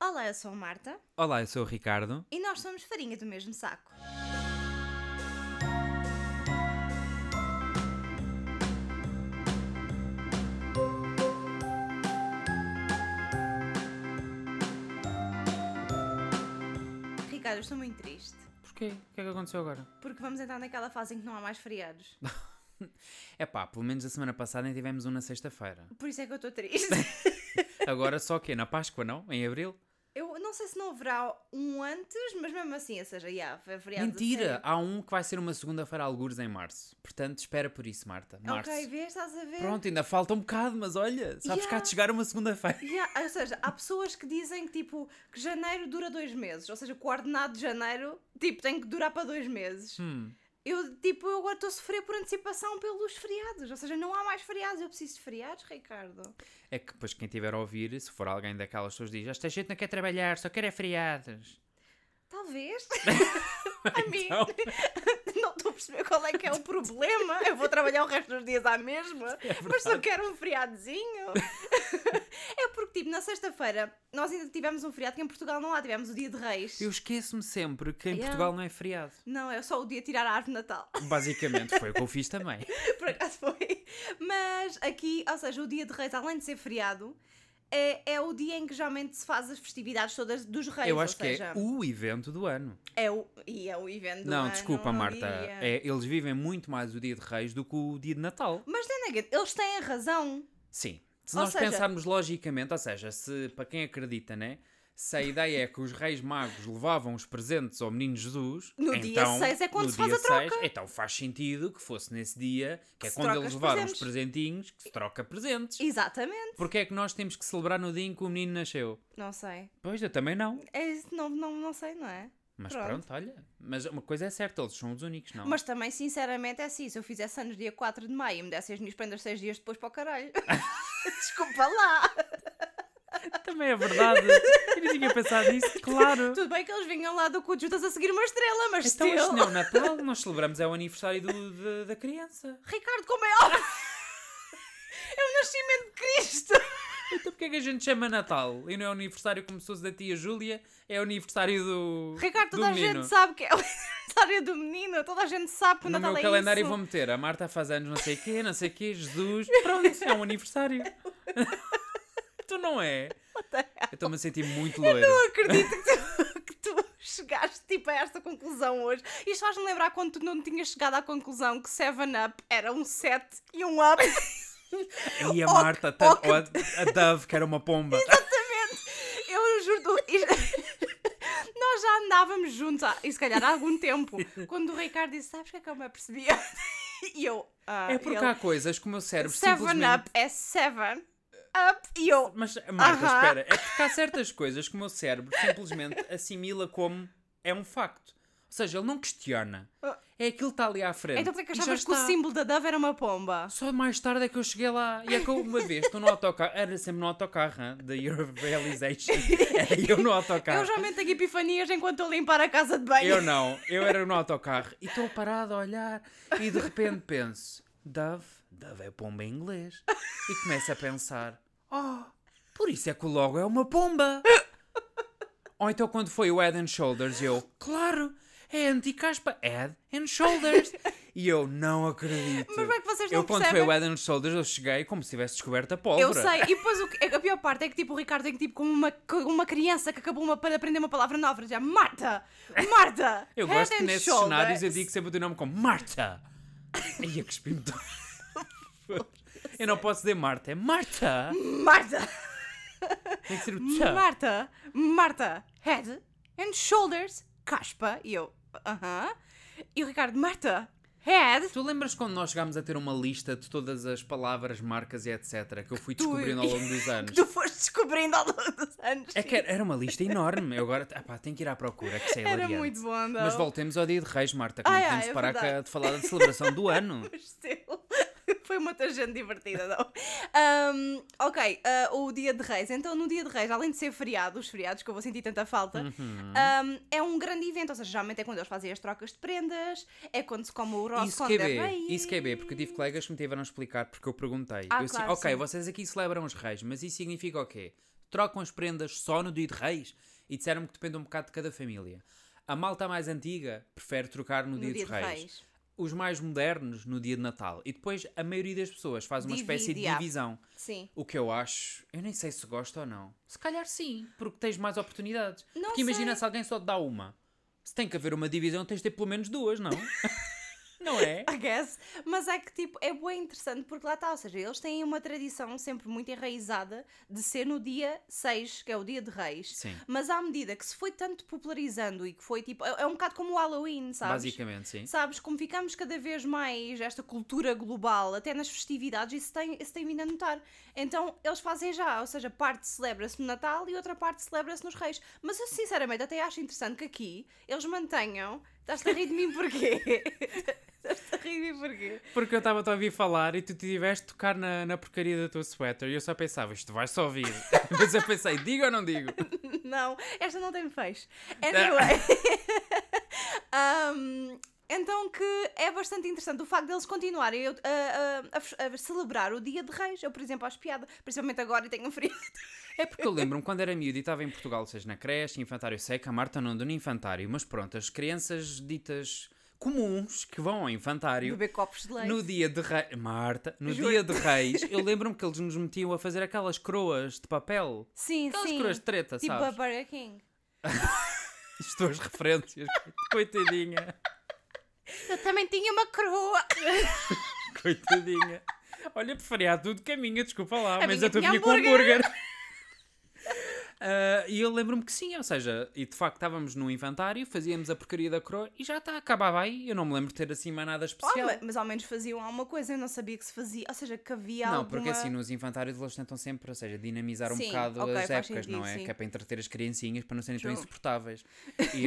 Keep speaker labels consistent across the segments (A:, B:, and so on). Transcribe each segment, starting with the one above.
A: Olá, eu sou a Marta
B: Olá, eu sou o Ricardo.
A: e nós somos farinha do mesmo saco. Ricardo, eu estou muito triste
B: Porquê? O que é que aconteceu agora?
A: porque vamos entrar naquela fase em que não há mais feriados.
B: É pá, pelo menos a semana passada nem tivemos um na sexta-feira.
A: Por isso é que eu estou triste.
B: Agora só o quê? Na Páscoa, não? Em Abril?
A: Eu não sei se não haverá um antes, mas mesmo assim, ou seja, yeah, foi feriado. a
B: Mentira!
A: sério.
B: Há um que vai ser uma segunda-feira, algures, em Março. Portanto, espera por isso, Ah, Marta. Março.
A: Ok, vês, estás a ver?
B: Pronto, ainda falta um bocado, mas olha, sabes
A: Yeah.
B: que há de chegar uma segunda-feira.
A: Yeah, ou seja, há pessoas que dizem que tipo que janeiro dura dois meses, ou seja, que o ordenado de janeiro tipo tem que durar para dois meses.
B: Hum.
A: Eu tipo, eu agora estou a sofrer por antecipação pelos feriados, ou seja, não há mais feriados, eu preciso de feriados, Ricardo.
B: É que depois quem tiver a ouvir, se for alguém daquelas pessoas, diz: Esta gente não quer trabalhar, só quer é feriados.
A: Talvez. a mim. não estou a perceber qual é que é o problema. Eu vou trabalhar o resto dos dias à mesma, mas só quero um feriadozinho. é porque, tipo, na sexta-feira nós ainda tivemos um feriado que em Portugal não há, tivemos o dia de Reis.
B: Eu esqueço-me sempre que em
A: Yeah.
B: Portugal não é feriado.
A: Não, é só o dia de tirar a árvore de Natal.
B: Basicamente, foi o que eu fiz também.
A: Por acaso foi. Mas aqui, ou seja, o dia de reis, além de ser feriado, é, é o dia em que geralmente se faz as festividades todas dos reis.
B: Eu acho
A: ou
B: que
A: seja,
B: é o evento do ano.
A: é o. E é o evento do
B: Não,
A: ano,
B: desculpa,
A: o
B: Marta.
A: dia.
B: É, eles vivem muito mais o dia de Reis do que o dia de Natal.
A: Mas then again, eles têm razão.
B: Sim. Se
A: Ou
B: nós
A: seja-
B: pensarmos logicamente, ou seja, se para quem acredita, né? Se a ideia é que os Reis Magos levavam os presentes ao Menino Jesus,
A: No dia
B: então,
A: seis é quando
B: no
A: se faz
B: dia
A: a troca.
B: seis, então faz sentido que fosse nesse dia, que, é
A: se
B: quando
A: troca os
B: eles levaram
A: presentes.
B: os presentinhos, que se troca presentes.
A: Exatamente.
B: Porque é que nós temos que celebrar no dia em que o menino nasceu?
A: Não sei.
B: Pois, eu também não.
A: É, isso, não, não, não sei, não é?
B: Mas
A: Pronto.
B: pronto. olha. Mas uma coisa é certa, eles são os únicos, não?
A: Mas também, sinceramente, é assim. Se eu fizesse anos dia 4 de maio e me dessem as minhas prendas 6 dias depois para o caralho. Desculpa lá.
B: Também é verdade. Eu nem tinha pensado nisso, claro.
A: Tudo bem que eles vinham lá do cu de Judas a seguir uma estrela, mas
B: Então,
A: still.
B: isto não é o Natal, nós celebramos é o aniversário do- de- da criança.
A: Ricardo, como é óbvio! É o nascimento de Cristo!
B: Então, porque é que a gente chama Natal? E não é o aniversário, como se fosse da tia Júlia, é o aniversário do.
A: Ricardo,
B: do
A: toda a
B: menino.
A: gente sabe que é o aniversário do menino, toda a gente sabe que o
B: No
A: Natal
B: meu
A: é
B: calendário
A: isso.
B: vou meter. A Marta faz anos, não sei quê, não sei quê, Jesus. Pronto, é um aniversário. tu não é? Eu estou-me a sentir muito loiro.
A: Não acredito que tu, que tu chegaste tipo, a esta conclusão hoje. Isto faz-me lembrar quando tu não tinhas chegado à conclusão que 7-Up era um 7 e um up.
B: E a
A: Oh,
B: Marta,
A: oh,
B: tanto-
A: que-
B: ou a, a Dove, que era uma pomba.
A: Eu juro. Nós já andávamos juntos, há, e se calhar há algum tempo, quando o Ricardo disse: Sabes o que é que eu me apercebia? E eu. "Ah,
B: É porque
A: ele-
B: há coisas que o meu cérebro
A: Seven
B: É tipo simplesmente.
A: up é seven up e eu.
B: Mas, Marta,
A: Aham.
B: espera, é porque há certas coisas que o meu cérebro simplesmente assimila como é um facto. Ou seja, ele não questiona.
A: Ah.
B: É aquilo que está ali à frente.
A: Então porquê que
B: E já
A: achavas que o
B: está.
A: símbolo da Dove era uma pomba?
B: Só mais tarde é que eu cheguei lá. E é que eu, uma vez estou no autocarro, era sempre no autocarro, hein, da Europealization. Era eu no autocarro.
A: Eu geralmente tenho epifanias enquanto eu limpar a casa de banho.
B: Eu não, eu era no autocarro e estou parado a olhar e de repente penso: Dove, Dove é pomba em inglês. E começo a pensar: Oh, por isso é que o logo é uma pomba. Ou então quando foi o Head and Shoulders, eu: Claro, é anti-caspa, Head and Shoulders. E eu não acredito.
A: Mas como é que vocês
B: eu
A: não
B: quando
A: percebem?
B: foi o Head and Shoulders, eu cheguei como se tivesse descoberto a pólvora.
A: Eu sei, e depois o que- a pior parte é que tipo, o Ricardo tem que tipo como uma, como uma criança que acabou uma, para aprender uma palavra nova, já Marta! Marta!
B: Eu
A: head
B: gosto
A: and
B: que nesses
A: shoulders."
B: cenários eu digo sempre o teu nome como Marta. Ai, eu cuspi-me todo. Eu não posso dizer Marta, é Marta.
A: Marta!
B: Tem que ser o tchá.
A: Marta! Marta! Head and shoulders, caspa, e eu. Aham. E o Ricardo, Marta! Head!
B: Tu lembras quando nós chegámos a ter uma lista de todas as palavras, marcas e etc. que eu fui
A: Tu-
B: descobrindo ao longo dos anos?
A: Que tu foste descobrindo ao longo dos anos.
B: É que era era uma lista enorme. Eu agora, ah pá, tenho que ir à procura, que isso é
A: Era
B: hilariante.
A: muito bom, não?
B: Mas voltemos ao dia de Reis, Marta, que
A: Ai,
B: não
A: ai,
B: podemos
A: é
B: parar
A: verdade.
B: cá de falar da celebração do ano.
A: Mas still, Foi uma tangente divertida, não? Ahm, ok, ah, o dia de reis. Então, no dia de reis, além de ser feriado, os feriados que eu vou sentir tanta falta,
B: Uhum.
A: ahm, é um grande evento. Ou seja, geralmente é quando eles fazem as trocas de prendas, é quando se come o roscon
B: Isso que é
A: de
B: B,
A: reis.
B: isso que é B, porque eu tive colegas que me tiveram a explicar porque eu perguntei.
A: Ah,
B: eu disse,
A: claro,
B: ok,
A: sim.
B: vocês aqui celebram os reis, mas isso significa o quê? trocam as prendas só no dia de reis e disseram-me que depende um bocado de cada família. A malta mais antiga prefere trocar no,
A: No
B: dia, de reis. Os mais modernos no dia de Natal. E depois a maioria das pessoas faz uma espécie de
A: Divide, ah.
B: divisão.
A: Sim.
B: O que eu acho, eu nem sei se gosto ou não. Se calhar sim, porque tens mais oportunidades.
A: Não
B: porque imagina
A: sei.
B: se alguém só te dá uma. Se tem que haver uma divisão, tens de ter pelo menos duas, não? não é?
A: I guess. Mas é que, tipo, é bem interessante porque lá está, ou seja, eles têm uma tradição sempre muito enraizada de ser no dia 6, que é o dia de reis.
B: Sim.
A: Mas à medida que se foi tanto popularizando e que foi, tipo, é é um bocado como o Halloween, sabes?
B: Basicamente, sim.
A: Sabes, como ficamos cada vez mais esta cultura global, até nas festividades, isso tem, isso tem vindo a notar. Então, eles fazem já, ou seja, parte celebra-se no Natal e outra parte celebra-se nos Reis. Mas eu, sinceramente, até acho interessante que aqui eles mantenham. Estás-te a rir de mim porquê? Estás-te a rir de mim porquê?
B: Porque eu estava a ouvir falar e tu tiveste de tocar na, na porcaria da tua sweater e eu só pensava, isto vai só ouvir. Mas eu pensei, digo ou não digo?
A: Não, esta não tem fez. Anyway. Um, então que é bastante interessante o facto deles continuarem eu- a, a- a- a celebrar o dia de reis. Eu, por exemplo, acho piada. Principalmente agora e tenho um frio.
B: É porque eu lembro-me quando era miúdo e estava em Portugal, ou seja, na creche, infantário, eu sei que a Marta não anda no infantário, mas pronto, as crianças ditas comuns que vão ao infantário
A: Beber copos de leite.
B: No dia de reis. Marta, no
A: Juro.
B: dia de reis, eu lembro-me que eles nos metiam a fazer aquelas croas de papel.
A: Sim,
B: Aquelas
A: sim.
B: croas de treta,
A: tipo a
B: sabes?
A: Burger King.
B: Isto as referências. Coitadinha.
A: Eu também tinha uma croa.
B: Coitadinha. Olha, preferia a tudo que a minha, desculpa lá,
A: A
B: mas
A: minha
B: a tua
A: tinha
B: vinha com
A: hambúrguer.
B: hambúrguer. Ah, e eu lembro-me que sim, ou seja, e de facto estávamos no infantário, fazíamos a porcaria da croa e já está, acabava aí. Eu não me lembro de ter assim mais nada
A: Oh,
B: especial.
A: mas, mas ao menos faziam alguma coisa. Eu não sabia que se fazia. Ou seja, que havia
B: Não,
A: alguma...
B: porque assim nos infantários eles tentam sempre, ou seja, dinamizar um
A: Sim,
B: bocado
A: ok,
B: as
A: faz
B: épocas, não
A: sentido,
B: é?
A: sim.
B: Que é para entreter as criancinhas, para não serem tão
A: True.
B: insuportáveis. E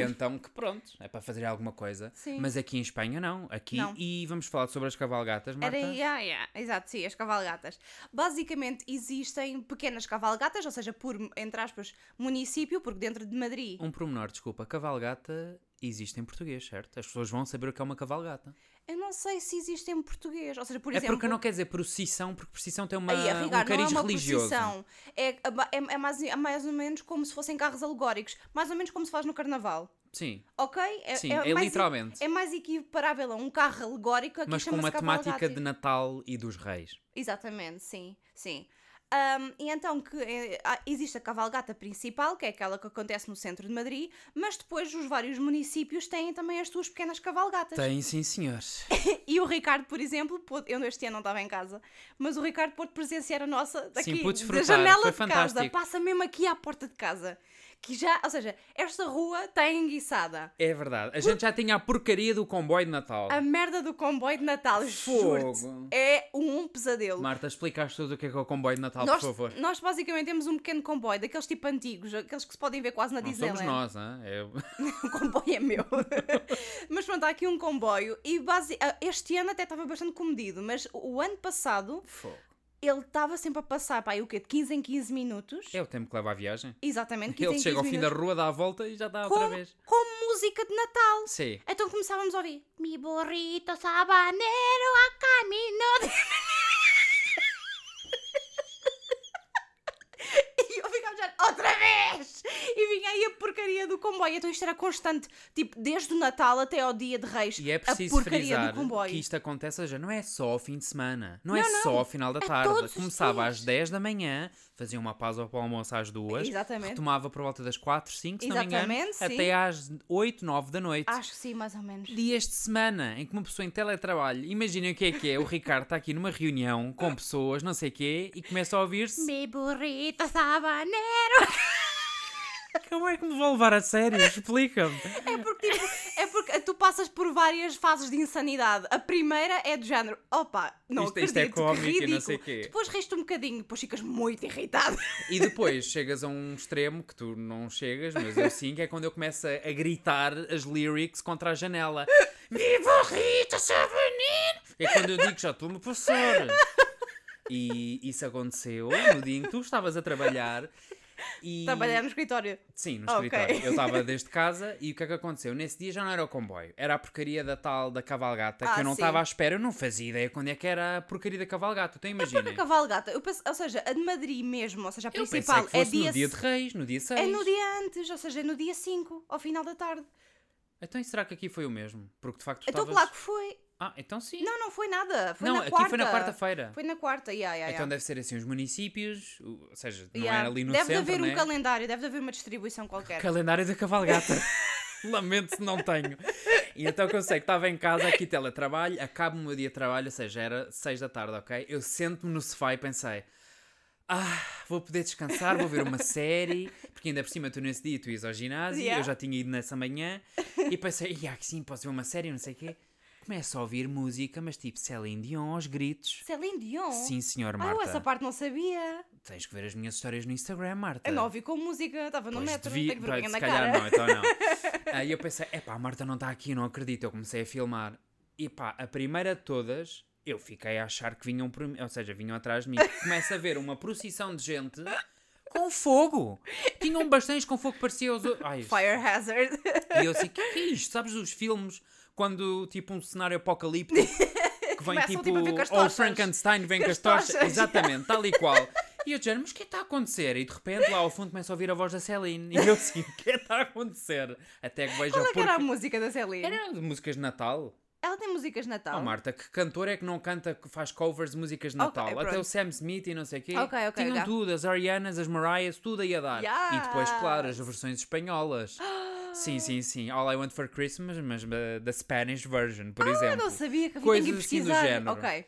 B: então que pronto, é para fazer alguma coisa.
A: Sim.
B: Mas aqui em Espanha não, aqui
A: Não.
B: e vamos falar sobre as cavalgatas, Marta.
A: Era, yeah, yeah, exato, sim, as cavalgatas. Basicamente existem pequenas cavalgatas, ou seja, por, entre aspas, município, porque dentro de Madrid.
B: Um promenor, desculpa, cavalgata existe em português, certo? As pessoas vão saber o que é uma cavalgata.
A: Eu não sei se existe em português, ou seja, por
B: é
A: exemplo...
B: porque não quer dizer procissão, porque procissão tem uma,
A: Aí, a
B: um
A: Rigar, não é
B: cariz
A: uma
B: religioso.
A: procissão. É, é- é mais, é mais ou menos como se fossem carros alegóricos. Mais ou menos como se faz no carnaval.
B: Sim,
A: Ok? É,
B: Sim, é
A: mais-
B: literalmente.
A: É mais equiparável a um carro alegórico. Aqui
B: mas com
A: chama-se
B: uma temática
A: cavalgata.
B: de Natal e dos Reis.
A: Exatamente, sim, sim. Ahm, e então que eh, há- existe a cavalgata principal, que é aquela que acontece no centro de Madrid, mas depois os vários municípios têm também as suas pequenas cavalgatas.
B: Tem sim, senhores.
A: E o Ricardo, por exemplo, pôde, eu este ano não estava em casa, mas o Ricardo pôde presenciar a nossa daqui
B: pude
A: da
B: desfrutar,
A: janela
B: foi
A: de casa,
B: fantástico.
A: passa mesmo aqui à porta de casa. Que já, ou seja, esta rua está enguiçada.
B: É verdade. A gente já tinha a porcaria do comboio de Natal.
A: A merda do comboio de Natal, juro
B: Fogo.
A: é um pesadelo.
B: Marta, explicaste tudo o que é, que é o comboio de Natal,
A: nós,
B: por favor.
A: nós basicamente temos um pequeno comboio, daqueles tipo antigos, aqueles que se podem ver quase na
B: Não
A: Disneyland.
B: somos nós, hein? É-
A: O comboio é meu. mas pronto, há aqui um comboio e base... ah, este ano até estava bastante comedido, mas o ano passado ele estava sempre a passar, pá, aí o quê? De 15 em 15 minutos?
B: É o tempo que leva a viagem.
A: Exatamente, 15
B: Ele
A: em 15
B: chega ao fim da
A: minutos.
B: rua, dá a volta e já dá outra
A: com,
B: vez.
A: com música de Natal.
B: Sim.
A: Então começávamos a ouvir Mi burrito sabanero a caminho de... E eu ficava já, outra vez! E vinha aí a porcaria do comboio. Então isto era constante, tipo, desde o Natal até ao dia de Reis.
B: E é
A: a
B: preciso
A: porcaria
B: frisar
A: do comboio.
B: que isto acontece, ou seja, não é só ao fim de semana, não, é
A: Não, não.
B: só ao final da
A: É
B: tarde.
A: todos os
B: Começava
A: dias.
B: às 10 da manhã, fazia uma pausa para o almoço às 2,
A: Exatamente.
B: retomava por volta das 4, 5, se não me engano,
A: Exatamente, sim.
B: até às 8, 9 da noite.
A: Acho que sim, mais ou menos.
B: dias de semana em que uma pessoa em teletrabalho, imaginem o que é que é, o Ricardo está aqui numa reunião com pessoas, não sei o quê, e começa a ouvir-se.
A: Mi burrito sabanero.
B: Como é que me vou levar a sério? Explica-me.
A: É porque, tipo, é porque tu passas por várias fases de insanidade. A primeira é do género, opa, não
B: Isto-
A: acredito,
B: isto é
A: que
B: cómico e não
A: ridículo.
B: sei quê.
A: Depois riste um bocadinho, depois ficas muito irritado.
B: E depois chegas a um extremo que tu não chegas, mas eu sim, que é quando eu começo a a gritar as lyrics contra a janela. Viva Rita Sabanino! É quando eu digo já estou-me a passar. E isso aconteceu no dia em que tu estavas a trabalhar E-
A: Trabalhar no escritório.
B: Sim, no
A: Ah, ok.
B: escritório. Eu estava desde casa e o que é que aconteceu? Nesse dia já não era o comboio, era a porcaria da tal da cavalgata
A: Ah,
B: que eu não
A: sim.
B: estava à espera, eu não fazia ideia quando é que era a porcaria da cavalgata, então
A: Porque
B: imagina.
A: a cavalgata, eu penso, ou seja, a de Madrid mesmo, ou seja, a
B: Eu pensei
A: principal
B: que
A: é é
B: fosse
A: dia,
B: no dia
A: c-
B: de Reis, no dia 6.
A: é no dia antes, ou seja, é no dia 5, ao final da tarde.
B: Então e será que aqui foi o mesmo? Porque de facto tu
A: Então
B: estavas...
A: claro que foi.
B: Ah, então sim.
A: Não, não foi nada. Foi
B: Não,
A: na
B: aqui
A: quarta.
B: foi na quarta-feira.
A: Foi na quarta, yeah, yeah,
B: Então
A: yeah.
B: deve ser assim os municípios, o- ou seja, não
A: Yeah.
B: era ali no
A: Deve de
B: centro,
A: haver
B: né?
A: um calendário, deve de haver uma distribuição qualquer.
B: Calendário da cavalgata. Lamento se não tenho. E então que eu sei que estava em casa, aqui teletrabalho, acabo o meu dia de trabalho, ou seja, era 6 da tarde, ok? Eu sento-me no sofá e pensei. Ah, vou poder descansar, vou ver uma série, porque ainda por cima tu nesse dia tu ias ao ginásio,
A: Yeah.
B: eu já tinha ido nessa manhã, e pensei, e que sim, posso ver uma série, não sei o quê. Começo a ouvir música, mas tipo Celine Dion aos gritos.
A: Celine Dion?
B: Sim, senhor
A: Ah,
B: Marta.
A: eu essa parte não sabia.
B: Tens que ver as minhas histórias no Instagram, Marta.
A: Eu não ouvi É com música, estava no
B: Pois
A: metro,
B: devia-
A: tenho vergonha
B: se
A: na
B: calhar
A: cara.
B: não, então não. Aí eu pensei, epá, a Marta não está aqui, não acredito. Eu comecei a filmar. E pá, a primeira de todas, eu fiquei a achar que vinham por mim, ou seja, vinham atrás de mim. Começa a ver uma procissão de gente com fogo. Tinham bastões com fogo, parecia os outros. Ai,
A: Fire Hazard.
B: e eu assim, que que é isto? Sabes os filmes quando, tipo, um cenário apocalíptico que vem
A: Começam,
B: tipo.
A: tipo, a ver com as
B: ou o
A: tochas.
B: Frankenstein vem
A: Com
B: com
A: as
B: as tochas.
A: tochas.
B: Exatamente, tal e qual. E eu dizendo, mas o que é que está a acontecer? E de repente lá ao fundo começa a ouvir a voz da Celine. E eu assim, o que é que está a acontecer? Até que vejo
A: Qual
B: a
A: é que era a
B: porca.
A: música da Celine?
B: Era de músicas de Natal.
A: Ela tem músicas de
B: Oh,
A: Natal.
B: Marta, que cantor é que não canta, que faz covers de músicas de
A: Ok,
B: Natal? Até
A: pronto.
B: o Sam Smith e não sei o quê.
A: Ok, ok,
B: Tinham
A: ok.
B: tudo, as Arianas, as Marias, tudo aí a dar. E depois, claro, as versões espanholas. sim, sim, sim. All I Want for Christmas, mas uh, da Spanish version, por
A: Ah, eu
B: exemplo.
A: não sabia que tenho que
B: Coisas
A: ir
B: assim do
A: pesquisar.
B: género.
A: Ok.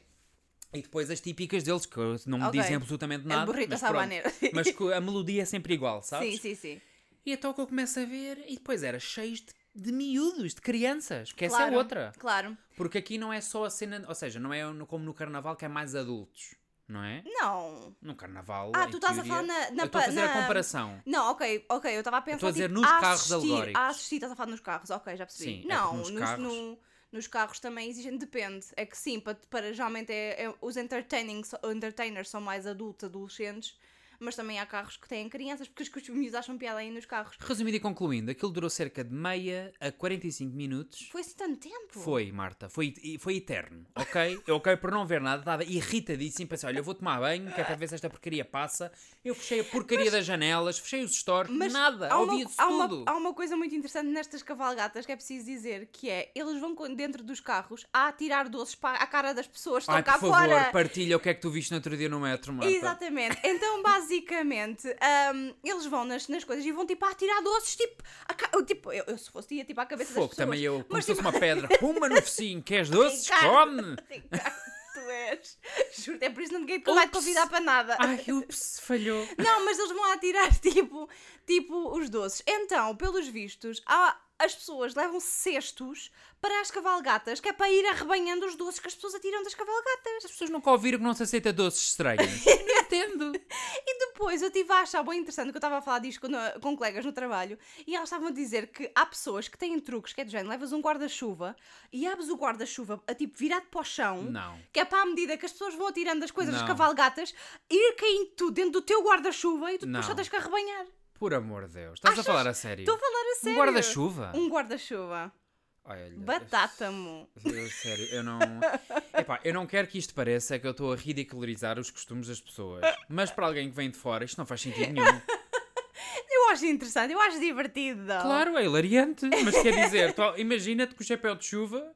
B: E depois as típicas deles, que não me
A: Ok.
B: dizem absolutamente
A: É
B: nada.
A: burrito
B: mas,
A: sabaneiro.
B: pronto. mas que a melodia é sempre igual, sabes?
A: Sim, sim, sim.
B: E então que eu começo a ver, e depois era cheio de, de miúdos, de crianças, que essa
A: claro,
B: é outra.
A: Claro.
B: Porque aqui não é só a cena, ou seja, não é no- como no carnaval que é mais adultos, não é?
A: Não.
B: No carnaval.
A: Ah,
B: em
A: tu estás a
B: teoria-
A: falar na- na
B: Eu estou a
A: pa-
B: fazer a
A: na-
B: comparação.
A: Não, ok, ok, eu estava a pensar.
B: estou a dizer
A: tipo,
B: nos carros
A: assistir,
B: alegóricos.
A: A assistir, estás a falar nos carros, ok, já percebi.
B: Sim, é porque
A: não,
B: nos
A: nos,
B: carros-
A: no- nos carros também exigem, depende. É que sim, para, para geralmente é, é- os entertaining, entertainers são mais adultos, adolescentes, mas também há carros que têm crianças, porque os que os miúdos acham piada aí nos carros.
B: Resumindo e concluindo, aquilo durou cerca de meia a 45 minutos.
A: Foi assim tanto tempo?
B: Foi, Marta, foi, e- foi eterno, ok? Eu, ok, por não ver nada, estava irritadíssimo, pensei, olha, eu vou tomar banho, que é para ver se esta porcaria passa. Eu fechei a porcaria das janelas, fechei os stores,
A: Mas
B: nada,
A: há uma,
B: ouvi isso
A: há uma-
B: tudo.
A: há um uma coisa muito interessante nestas cavalgatas que é preciso dizer, que é, eles vão com- dentro dos carros a atirar doces para a cara das pessoas que
B: Ai,
A: estão cá
B: por favor,
A: fora.
B: partilha o que é que tu viste no outro dia no metro, Marta.
A: Exatamente. Então, basicamente, hum, eles vão nas, nas coisas e vão tipo a atirar doces, tipo, a ca- eu, tipo eu, eu se fosse ia tipo à cabeça
B: Fogo,
A: das pessoas.
B: também eu, como
A: Mas
B: se fosse
A: tipo,
B: uma pedra, puma no focinho, queres doces?
A: Ricardo.
B: Come!
A: Ricardo, Tipo, tu és. Juro, é por isso que ninguém te vai te
B: Ups.
A: convidar para nada.
B: Ai, ups, falhou.
A: Não, mas eles vão atirar tipo, tipo os doces. Então, pelos vistos, há- as pessoas levam cestos para as cavalgatas, que é para ir arrebanhando os doces que as pessoas atiram das cavalgatas.
B: As pessoas nunca ouviram que não se aceita doces estranhos. Eu não entendo.
A: E depois eu tive a achar bem interessante que eu estava a falar disto com, com colegas no trabalho e elas estavam a dizer que há pessoas que têm truques, que é do género, levas um guarda-chuva e abres o guarda-chuva a tipo virado para o chão.
B: Não.
A: Que é para à medida que as pessoas vão atirando as coisas das
B: Não.
A: cavalgatas, ir caindo tudo dentro do teu guarda-chuva e tu depois
B: Não.
A: só tens que arrebanhar.
B: Por amor de Deus, estás a
A: Achas-
B: falar a sério?
A: Estou a falar a sério.
B: Um guarda-chuva?
A: Um guarda-chuva.
B: Ai, olha,
A: Batata-mo.
B: Eu, sério, eu não. Epá, eu não quero que isto pareça que eu estou a ridicularizar os costumes das pessoas. Mas para alguém que vem de fora, isto não faz sentido nenhum.
A: Eu acho interessante, eu acho divertido.
B: Claro, é hilariante. Mas quer dizer, tu- imagina-te com o chapéu de chuva.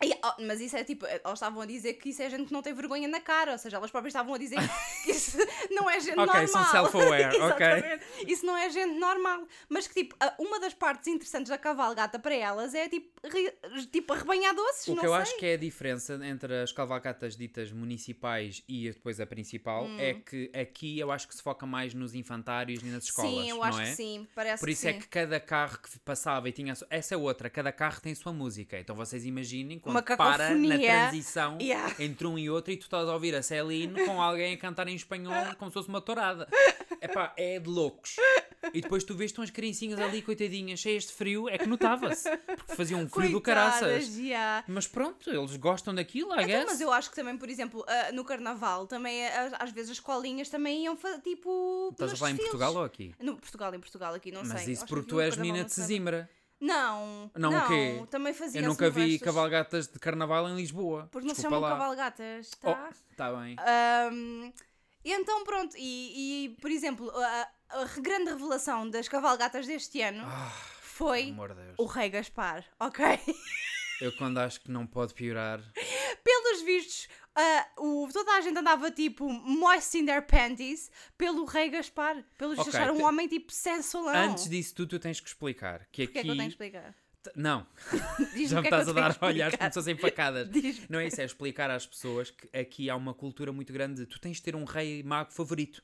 A: E, oh, mas isso é tipo, elas estavam a dizer que isso é gente que não tem vergonha na cara, ou seja, elas próprias estavam a dizer que isso não é gente
B: Ok,
A: normal.
B: são self-aware, ok.
A: Exatamente. Isso não é gente normal. Mas que tipo, a- uma das partes interessantes da cavalgata para elas é tipo, ri- tipo arrebanhar doces,
B: O
A: não
B: que eu
A: sei.
B: acho que é a diferença entre as cavalcatas ditas municipais e depois a principal
A: Hum.
B: é que aqui eu acho que se foca mais nos infantários e nas escolas.
A: sim, eu
B: não
A: acho
B: é?
A: que sim, parece
B: Por isso
A: que
B: é
A: sim.
B: que cada carro que passava e tinha. a sua- Essa é outra, cada carro tem a sua música. Então vocês imaginem que
A: Uma
B: quando para na
A: cacofonia.
B: transição
A: Yeah.
B: entre um e outro e tu estás a ouvir a Celine com alguém a cantar em espanhol como se fosse uma tourada. Epá, é de loucos. E depois tu vês que estão as criancinhas ali, coitadinhas, cheias de frio, é que notava-se. Porque faziam um frio do caraças.
A: yeah.
B: Mas pronto, eles gostam daquilo, I
A: Então,
B: guess.
A: mas eu acho que também, por exemplo, ah, no carnaval, também ah, às vezes as colinhas também iam fa- tipo.
B: Estás a
A: nos
B: falar em
A: desfiles.
B: Portugal ou aqui?
A: No Portugal, em Portugal, aqui não sei.
B: Mas isso
A: Acho
B: porque
A: que
B: tu
A: no
B: és
A: carnaval
B: menina
A: não
B: de
A: sei.
B: Sesimbra.
A: Não,
B: Não, o quê?
A: também fazia
B: Eu nunca vi cavalgatas de carnaval em Lisboa.
A: Porque não um se
B: Desculpa
A: chamam
B: lá.
A: cavalgatas, tá?
B: Oh, tá bem.
A: Ahm, e então, pronto, e, e, por exemplo, a, a grande revelação das cavalgatas deste ano
B: Ah,
A: foi
B: amor de Deus.
A: o Rei Gaspar, ok?
B: Eu quando acho que não pode piorar.
A: Pelos vistos, ah, o, toda a gente andava tipo moist in their panties pelo Rei Gaspar. Pelos vistos,
B: Ok,
A: acharam
B: te-
A: um homem tipo sensualão.
B: Antes disso tudo, tu tens que explicar
A: O que
B: que
A: é que
B: aqui.
A: eu tenho que explicar?
B: T- Não,
A: Diz-me
B: já
A: o
B: me
A: que é que
B: estás
A: eu tenho
B: a dar
A: que
B: olhares
A: explicar.
B: como se fossem facadas.
A: Diz-me.
B: Não é isso, é explicar às pessoas que aqui há uma cultura muito grande. Tu tens de ter um rei mago favorito.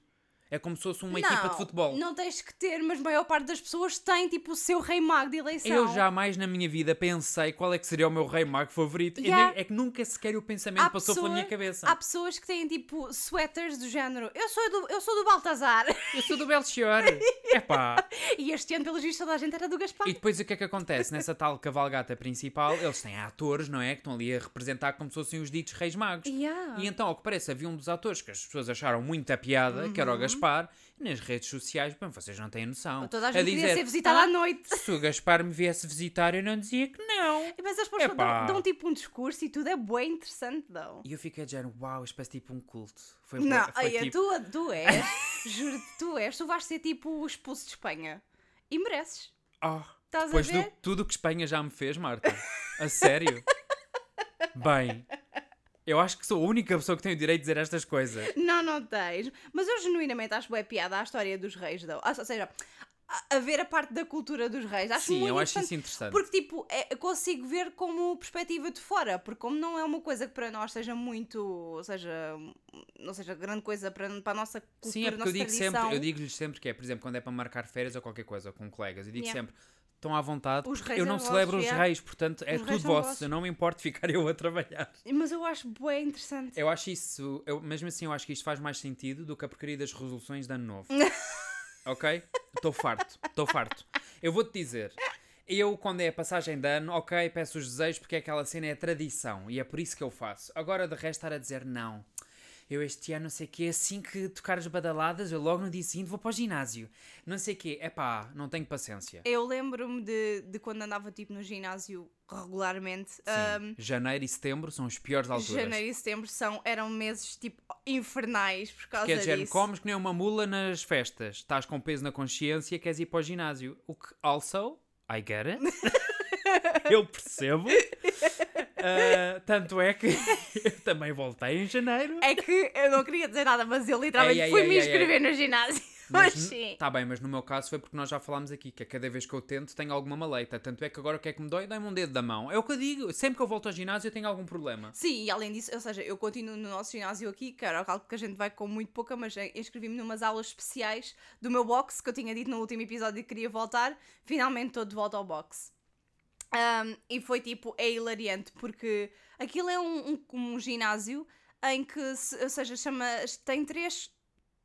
B: É como se fosse uma equipa de futebol.
A: Não tens que ter, mas a maior parte das pessoas tem tipo o seu rei mago de eleição.
B: Eu jamais na minha vida pensei qual é que seria o meu rei mago favorito. Eu
A: Yeah.
B: nem- é que nunca sequer o pensamento
A: Há
B: passou pela
A: pessoa-
B: minha cabeça.
A: Há pessoas que têm tipo sweaters do género. Eu sou do, eu sou do Baltazar.
B: Eu sou do Belchior. Epá.
A: E este ano, pelos vistos, toda a gente era do Gaspar.
B: E depois o que é que acontece? Nessa tal cavalgata principal, eles têm atores, não é? Que estão ali a representar como se fossem os ditos reis magos.
A: Yeah.
B: E então, ao que parece, havia um dos atores que as pessoas acharam muita piada, que era
A: Uhum.
B: o Gaspar, e nas redes sociais, bem, vocês não têm noção.
A: Toda a gente queria ser visitada à
B: "Ah,
A: noite.
B: Se o Gaspar me viesse visitar, eu não dizia que não.
A: Mas as pessoas
B: Epá.
A: dão, dão tipo um discurso e tudo é bem interessante, dão.
B: E eu fiquei de género, uau, isto parece tipo um culto. Foi, bué-
A: Não, é
B: foi
A: olha,
B: tipo,
A: tu, tu és, juro-te, tu és, tu vais ser tipo expulso de Espanha. E mereces.
B: "Oh,
A: Estás
B: depois
A: a
B: do
A: ver?
B: tudo o que Espanha já me fez, Marta. A sério. Bem, eu acho que sou a única pessoa que tem o direito de dizer estas coisas.
A: Não, não tens. Mas eu genuinamente acho boa piada à história dos reis, though. Ah, Ou seja, a, a ver a parte da cultura dos reis. Acho
B: Sim,
A: muito
B: eu acho
A: interessante,
B: isso interessante.
A: Porque, tipo, é- eu consigo ver como perspectiva de fora. Porque, como não é uma coisa que para nós seja muito. Ou seja, não seja grande coisa para, para a nossa cultura,
B: Sim, é porque
A: nossa
B: eu digo
A: tradição.
B: sempre, eu digo-lhes sempre que é, por exemplo, quando é para marcar férias ou qualquer coisa com colegas, eu digo
A: Yeah.
B: sempre, estão à vontade,
A: Os
B: porque
A: reis
B: eu
A: é
B: não
A: vosso,
B: celebro os
A: yeah.
B: reis, portanto é
A: Os reis
B: tudo
A: são
B: vosso,
A: vossos.
B: eu não me importo ficar eu a trabalhar.
A: Mas eu acho boa interessante.
B: Eu acho isso, eu, mesmo assim eu acho que isto faz mais sentido do que a porcaria das resoluções de ano novo. ok? Estou farto, estou farto. Eu vou-te dizer, eu quando é a passagem de ano, ok, peço os desejos porque aquela cena é tradição e é por isso que eu faço. Agora de resto estar a dizer não. Eu este ano não sei o quê, assim que tocar as badaladas, eu logo no dia seguinte vou para o ginásio. Não sei o quê, epá, não tenho paciência.
A: Eu lembro-me de, de quando andava tipo no ginásio regularmente. ahm,
B: Sim, janeiro e setembro são as piores alturas.
A: janeiro e setembro são, eram meses tipo infernais por causa
B: Que é de género,
A: disso.
B: comes que nem uma mula nas festas, estás com peso na consciência, queres ir para o ginásio. O que, also, I get it. eu percebo. Ah, tanto é que eu também voltei em janeiro.
A: É que eu não queria dizer nada, mas eu literalmente
B: Ei, ei,
A: fui
B: ei,
A: me
B: ei,
A: inscrever no ginásio. Mas sim.
B: Está bem, mas no meu caso foi porque nós já falámos aqui que a cada vez que eu tento tenho alguma maleita. Tanto é que agora o que é que me dói? Dói-me um dedo da mão. É o que eu digo. Sempre que eu volto ao ginásio eu tenho algum problema.
A: Sim, e além disso, ou seja, eu continuo no nosso ginásio aqui, que era algo que a gente vai com muito pouca, mas eh, inscrevi-me numas aulas especiais do meu boxe, que eu tinha dito no último episódio que queria voltar. Finalmente estou de volta ao boxe. Ahm, e foi tipo, é hilariante, porque aquilo é um, um- um ginásio em que, se- ou seja, chama, tem três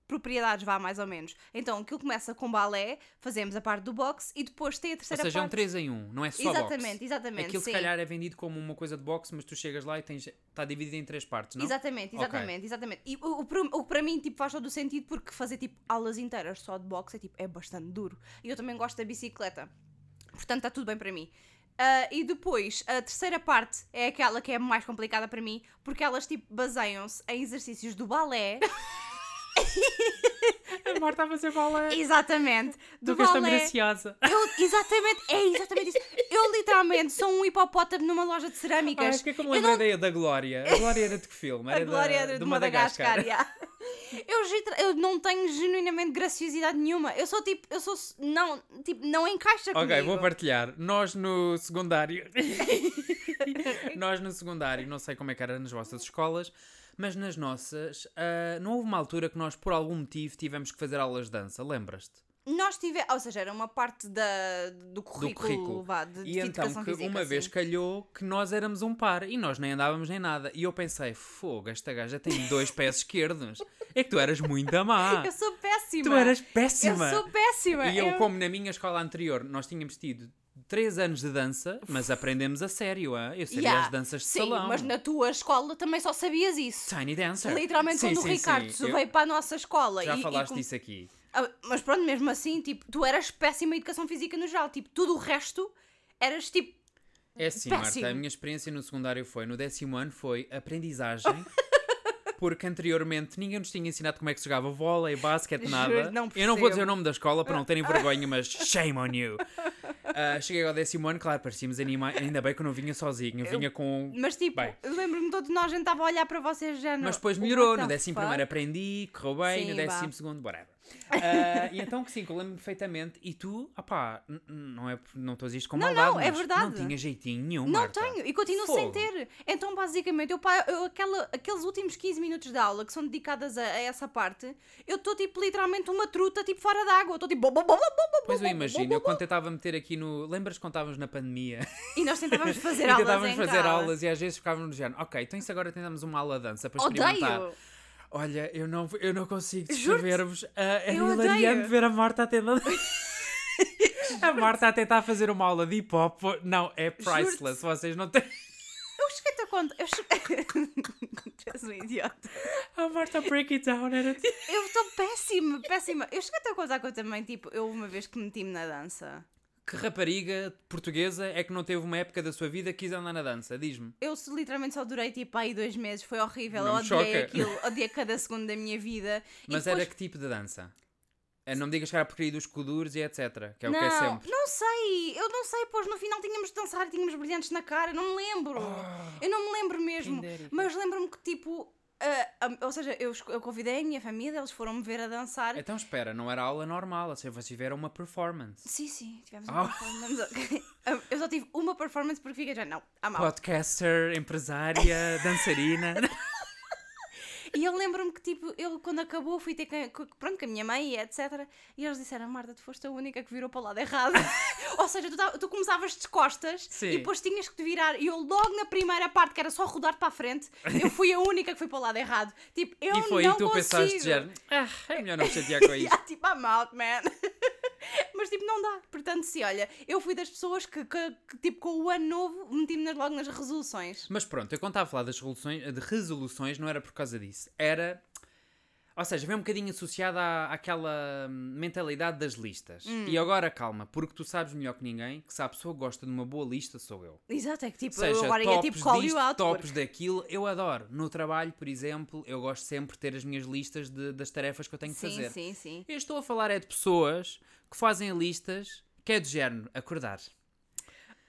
A: propriedades, vá mais ou menos. Então aquilo começa com balé, fazemos a parte do boxe e depois tem a
B: Ou
A: terceira
B: seja, é um
A: parte.
B: 3 em 1, não é só boxe.
A: Exatamente, exatamente.
B: Aquilo
A: sim.
B: se calhar é vendido como uma coisa de boxe, mas tu chegas lá e tens... está dividido em três partes, não?
A: Exatamente,
B: Ok.
A: exatamente, exatamente. E o, o, pro- o que para mim tipo, faz todo o sentido porque fazer tipo aulas inteiras só de boxe é, tipo, é bastante duro. E eu também gosto da bicicleta. Portanto, está tudo bem para mim. Ah, e depois, a terceira parte é aquela que é mais complicada para mim porque elas tipo baseiam-se em exercícios do balé.
B: A Marta a fazer balé.
A: exatamente. Do
B: Tu que és tão
A: balé.
B: graciosa.
A: Eu, exatamente, é exatamente isso. Eu literalmente sou um hipopótamo numa loja de
B: Ai,
A: cerâmicas.
B: porque é que eu me lembrei da- da Glória? A Glória era de que filme? Era
A: a glória
B: da,
A: de,
B: do
A: Madagascar. yeah. Eu, gitra- eu não tenho genuinamente graciosidade nenhuma. Eu sou tipo, eu sou não, tipo, não encaixa comigo.
B: Ok, vou partilhar. Nós no secundário. Nós no secundário, não sei como é que era nas vossas escolas, mas nas nossas, ah, não houve uma altura que nós, por algum motivo, tivemos que fazer aulas de dança, lembras-te?
A: Nós tivemos, ou seja, era uma parte da, do currículo,
B: currículo.
A: Vá, de,
B: E
A: de
B: então,
A: educação
B: que
A: física,
B: uma
A: sim.
B: vez calhou que nós éramos um par e nós nem andávamos nem nada. E eu pensei, fogo, esta gaja tem dois pés esquerdos. É que tu eras muito má.
A: Eu sou péssima.
B: Ah, Tu eras
A: Eu
B: péssima.
A: sou péssima.
B: E eu, como na minha escola anterior, nós tínhamos tido três anos de dança, mas aprendemos a sério, hã? eu sabia
A: Yeah.
B: as danças de
A: Sim,
B: salão.
A: mas na tua escola também só sabias isso.
B: Tiny Dancer.
A: Literalmente,
B: Sim,
A: quando o
B: sim,
A: Ricardo
B: sim.
A: se
B: Eu-
A: veio para a nossa escola
B: Já
A: e, e
B: falaste
A: com-
B: disso aqui.
A: Ah, Mas pronto, mesmo assim, tipo, tu eras péssima em educação física no geral. Tipo, tudo o resto eras tipo.
B: É assim,
A: Péssimo.
B: Marta, a minha experiência no secundário foi, no décimo ano, foi aprendizagem. Porque anteriormente ninguém nos tinha ensinado como é que se jogava vôlei, basquete,
A: Juro,
B: nada.
A: não
B: Eu não
A: percebo.
B: vou dizer o nome da escola para não terem vergonha, mas shame on you. Ah, cheguei ao décimo ano, claro, parecíamos animais. Ainda bem que eu não vinha sozinho, eu vinha com
A: Mas tipo,
B: Bem.
A: eu lembro-me todo de nós, a gente estava a olhar para vocês já.
B: Mas depois melhorou, no décimo primeiro aprendi, correu bem,
A: Sim,
B: no
A: vá.
B: décimo segundo, whatever. Ah, e então que sim, que eu lembro-me perfeitamente. E tu, opá, n- n- não é, por- não estou a dizer isto com
A: Não,
B: maldade,
A: não, é
B: mas
A: verdade.
B: não tinha jeitinho nenhum,
A: Não
B: Marta.
A: tenho, e continuo sem
B: Fogo.
A: ter. Então, basicamente, eu, pa- eu aquela, aqueles últimos 15 minutos de aula que são dedicadas a, a essa parte, eu estou tipo literalmente uma truta tipo fora d'água. Estou tipo. bo- bo- bo- bo- bo- bo-
B: Pois eu
A: bo- bo-
B: imagino,
A: bo-
B: eu quando tentava meter aqui no... Lembras quando estávamos na pandemia?
A: E nós tentávamos fazer
B: e
A: aulas.
B: tentávamos
A: em
B: fazer
A: casa.
B: aulas e às vezes ficávamos no género, ok, então isso agora tentamos uma aula de dança para experimentar.
A: Odeio!
B: Olha, eu não, eu não consigo
A: Juro-te,
B: descrever-vos. ah, era
A: eu
B: hilariante
A: odeio.
B: ver a Marta a tentar. a Marta a tentar fazer uma aula de hip hop. Não, é priceless. Vocês não têm.
A: Eu cheguei-te a conta. Eu cheguei. Tu és um idiota.
B: A Marta break it down. Era tipo-
A: Eu estou péssima, péssima. Eu cheguei-te a contar que eu também, tipo, eu uma vez que meti-me na dança.
B: Que rapariga portuguesa é que não teve uma época da sua vida que quis andar na dança? Diz-me.
A: Eu só- literalmente só durei tipo aí dois meses, foi horrível,
B: Não
A: eu
B: me
A: odiei
B: choca.
A: aquilo, odiei cada segundo da minha vida.
B: Mas
A: e depois...
B: era que tipo de dança? Eh, Não me digas que era a porcaria dos codures e etc. Que é o que é
A: não,
B: sempre.
A: não sei, eu não sei, pois no final tínhamos de dançar e tínhamos brilhantes na cara, não me lembro.
B: Ah,
A: eu não me lembro mesmo,
B: quem dera,
A: mas lembro-me que tipo, ah, ah, ou seja, eu, esco- eu convidei a minha família, eles foram me ver a dançar.
B: Então espera, não era aula normal, ou seja, vocês tiveram uma performance.
A: Sim, sim, tivemos
B: Ah.
A: uma performance. Ah, eu só tive uma performance porque fiquei já, não, há mal.
B: Podcaster, empresária, dançarina.
A: E eu lembro-me que, tipo, eu quando acabou fui ter com, com- pronto, com a minha mãe e etc. E eles disseram, Marta, tu foste a única que virou para o lado errado. Ou seja, tu, tava- tu começavas de costas
B: Sim.
A: e depois tinhas que te virar. E eu logo na primeira parte, que era só rodar para a frente, eu fui a única que fui para o lado errado. Tipo, eu
B: e foi
A: não
B: aí que tu
A: consigo.
B: pensaste, género, ah, é melhor não me chatear com isto.
A: Yeah, tipo, I'm out, man. Mas tipo, não dá. Portanto, se olha, eu fui das pessoas que, que- que, tipo, com o ano novo, meti-me nas- logo nas resoluções.
B: Mas pronto, eu quando estava a falar das resoluções, de resoluções, não era por causa disso. Era. Ou seja, vem um bocadinho associada à, àquela hum, mentalidade das listas.
A: Hum.
B: E agora calma, porque tu sabes melhor que ninguém que se a pessoa gosta de uma boa lista, sou eu.
A: Exato, é que tipo, eu
B: Seja,
A: agora ia
B: tops
A: tipo, call
B: disto,
A: you out. porque-
B: tops daquilo, eu adoro. No trabalho, por exemplo, eu gosto sempre de ter as minhas listas de- das tarefas que eu tenho que
A: Sim,
B: fazer.
A: sim, sim.
B: Eu estou a falar é de pessoas que fazem listas que é de género acordar,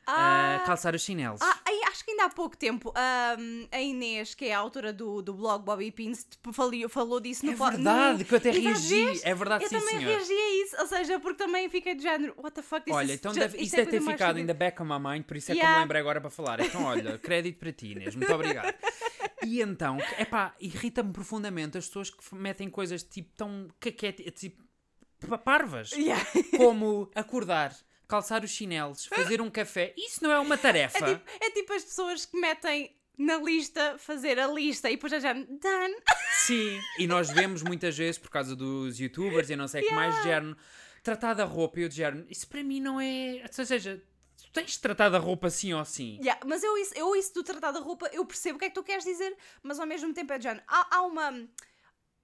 A: Ah,
B: ah, calçar os chinelos.
A: Ah, ai, acho que ainda há pouco tempo ahm, a Inês, que é a autora do, do blog Bobby Pins, tipo, fali- falou disso no
B: É
A: po- no-
B: verdade, que eu até
A: E já
B: reagi.
A: vês?
B: É verdade,
A: Eu
B: sim,
A: também
B: senhor.
A: reagi a isso, ou seja, porque também fiquei de género, what the fuck, this
B: Olha,
A: is
B: então
A: ju-
B: deve,
A: isto
B: isso
A: é
B: deve
A: a
B: ter
A: coisa mais
B: ficado
A: estúpida.
B: ainda back on my mind, por isso é que eu
A: Yeah.
B: me lembrei agora para falar. Então, olha, crédito para ti, Inês, muito obrigado. E então, epá, irrita-me profundamente as pessoas que metem coisas tipo tão caquete, tipo pa- parvas,
A: Yeah.
B: como acordar, calçar os chinelos, fazer um café. Isso não é uma tarefa.
A: É tipo, é tipo as pessoas que metem na lista fazer a lista e depois já já done.
B: Sim, e nós vemos muitas vezes por causa dos youtubers e não sei o que mais, de género, tratar da roupa e eu de género, isso para mim não é. Ou seja, tu tens de tratar da roupa assim ou assim.
A: Yeah, mas eu isso, eu isso do tratar da roupa, eu percebo o que é que tu queres dizer, mas ao mesmo tempo é de género. Há, há uma.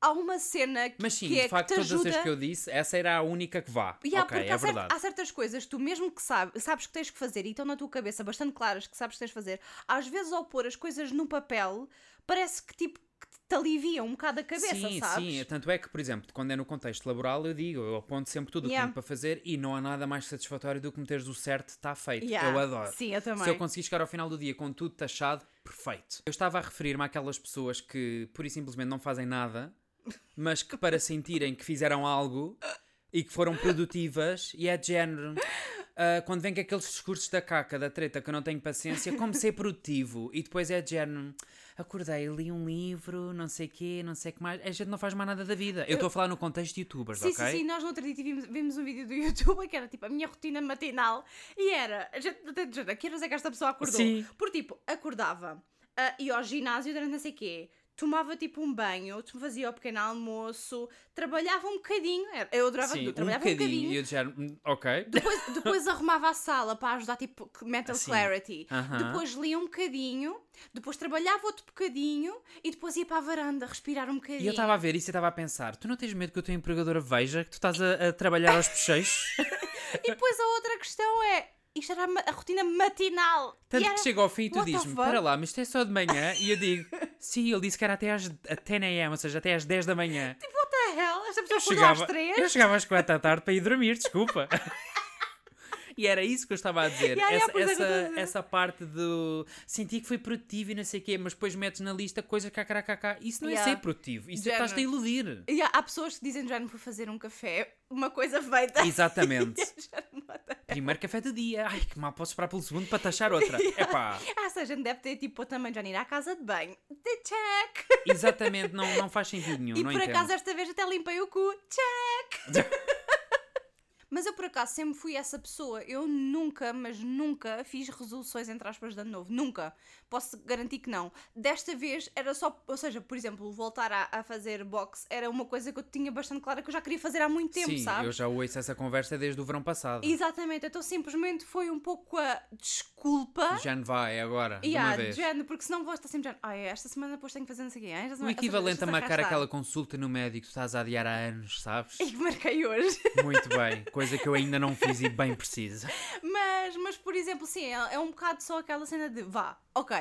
A: Há uma cena que,
B: Mas sim,
A: que é
B: de facto,
A: que te
B: todas
A: ajuda...
B: as que eu disse, essa era a única que vá.
A: E há-
B: ok,
A: porque
B: é
A: há, cer-
B: verdade.
A: há certas coisas que tu mesmo que sabe, sabes que tens que fazer e estão na tua cabeça bastante claras que sabes que tens de fazer, às vezes ao pôr as coisas no papel, parece que tipo que te alivia um bocado a cabeça,
B: sim,
A: sabes?
B: sim. Tanto é que, por exemplo, quando é no contexto laboral, eu digo, eu aponto sempre tudo o que
A: Yeah.
B: tenho para fazer e não há nada mais satisfatório do que meteres o certo, está feito.
A: Yeah,
B: Eu adoro.
A: Sim, eu também.
B: Se eu conseguir chegar ao final do dia com tudo taxado, perfeito. Eu estava a referir-me àquelas pessoas que pura e simplesmente não fazem nada, mas que para sentirem que fizeram algo e que foram produtivas e é de género. ah, quando vem com aqueles discursos da caca, da treta, que eu não tenho paciência, como ser produtivo. E depois é de género, acordei, li um livro, não sei quê, não sei o que mais. A gente não faz mais nada da vida. Eu estou a falar no contexto de youtubers,
A: Sim,
B: ok?
A: sim, sim, nós no outro dia tivemos- vimos um vídeo do YouTube que era tipo a minha rotina matinal e era, a gente até dizer, a que horas é que esta pessoa acordou?
B: Sim.
A: Por tipo, acordava, ah, ia ao ginásio durante não sei quê, tomava tipo um banho, tu- fazia o pequeno almoço, trabalhava um bocadinho, era- eu adorava
B: Sim,
A: tudo, trabalhava um bocadinho,
B: E eu de género, "Hum, ok.
A: depois, depois arrumava a sala para ajudar tipo mental
B: Sim.
A: clarity,
B: Aham.
A: depois lia um bocadinho, depois trabalhava outro bocadinho e depois ia para a varanda respirar um bocadinho.
B: E eu estava a ver isso e estava a pensar: tu não tens medo que a tua empregadora veja que tu estás a, a trabalhar aos pecheiros?
A: E depois a outra questão é: isto era a ma- a rotina matinal.
B: Tanto
A: e era,
B: que chega ao fim e tu
A: What the
B: dizes-me:
A: fuck?
B: para lá, mas isto é só de manhã? E eu digo: sim, ele disse que era até às 10 am, ou seja, até às 10 da manhã.
A: what the hell? Esta pessoa
B: Eu
A: acordou Tipo, às
B: chegava,
A: três.
B: eu chegava às 4 da tarde para ir dormir, desculpa. E era isso que eu estava a dizer.
A: Ya, ya,
B: essa,
A: por isso é que eu
B: essa-
A: estou a dizer.
B: essa parte do senti que foi produtivo e não sei o quê, mas depois metes na lista coisas kkkkk. Isso não
A: Ya.
B: é ser produtivo, isso
A: Género.
B: é estás-te a iludir.
A: E há há pessoas que dizem já não vou fazer um café, uma coisa feita.
B: Exatamente.
A: Já não mata.
B: Primeiro café do dia. Ai, que mal posso esperar pelo segundo para taxar outra. Epá,
A: Ah, essa gente deve ter tipo, eu também já não ir à casa de banho. De check!
B: exatamente, não, não faz sentido nenhum.
A: e
B: não
A: por
B: entendo.
A: acaso é esta vez até limpei o cu. Check! mas eu por acaso sempre fui essa pessoa. Eu nunca, mas nunca fiz resoluções entre aspas de ano novo. Nunca. Posso garantir que não. Desta vez era só, ou seja, por exemplo, voltar a, a fazer boxe era uma coisa que eu tinha bastante clara que eu já queria fazer há muito tempo,
B: Sim,
A: sabe?
B: eu já ouço essa conversa desde o verão passado.
A: Exatamente, então simplesmente foi um pouco a desculpa
B: Já não vai, é agora,
A: e
B: de uma
A: a
B: vez.
A: género, porque senão vou estar sempre dizendo, ai, esta semana depois tenho que fazer não sei o quê, ai, esta
B: O
A: semana- esta semana-
B: Um equivalente a
A: deixa-se
B: marcar
A: arrastar."
B: aquela consulta no médico que tu estás a adiar há anos, sabes?
A: E que marquei hoje.
B: Muito bem, coisa que eu ainda não fiz e bem preciso.
A: Mas, mas por exemplo, sim, é é um bocado só aquela cena de vá, ok,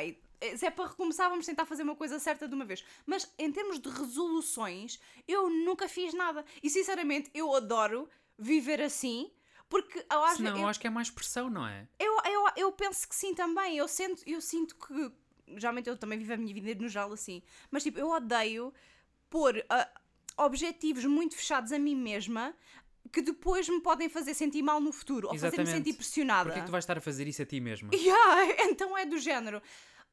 A: se é para recomeçar, vamos tentar fazer uma coisa certa de uma vez. Mas em termos de resoluções, eu nunca fiz nada. E sinceramente, eu adoro viver assim. Porque eu, acho-
B: Senão,
A: eu,
B: eu acho que é mais pressão, não é?
A: eu, eu, eu penso que sim também. Eu, sinto eu sinto que. Geralmente eu também vivo a minha vida no geral assim. Mas tipo, eu odeio pôr ah, objetivos muito fechados a mim mesma que depois me podem fazer sentir mal no futuro ou fazer-me
B: Exatamente.
A: sentir pressionada.
B: Porquê é que tu vais estar a fazer isso a ti mesma?
A: Yeah, então é do género.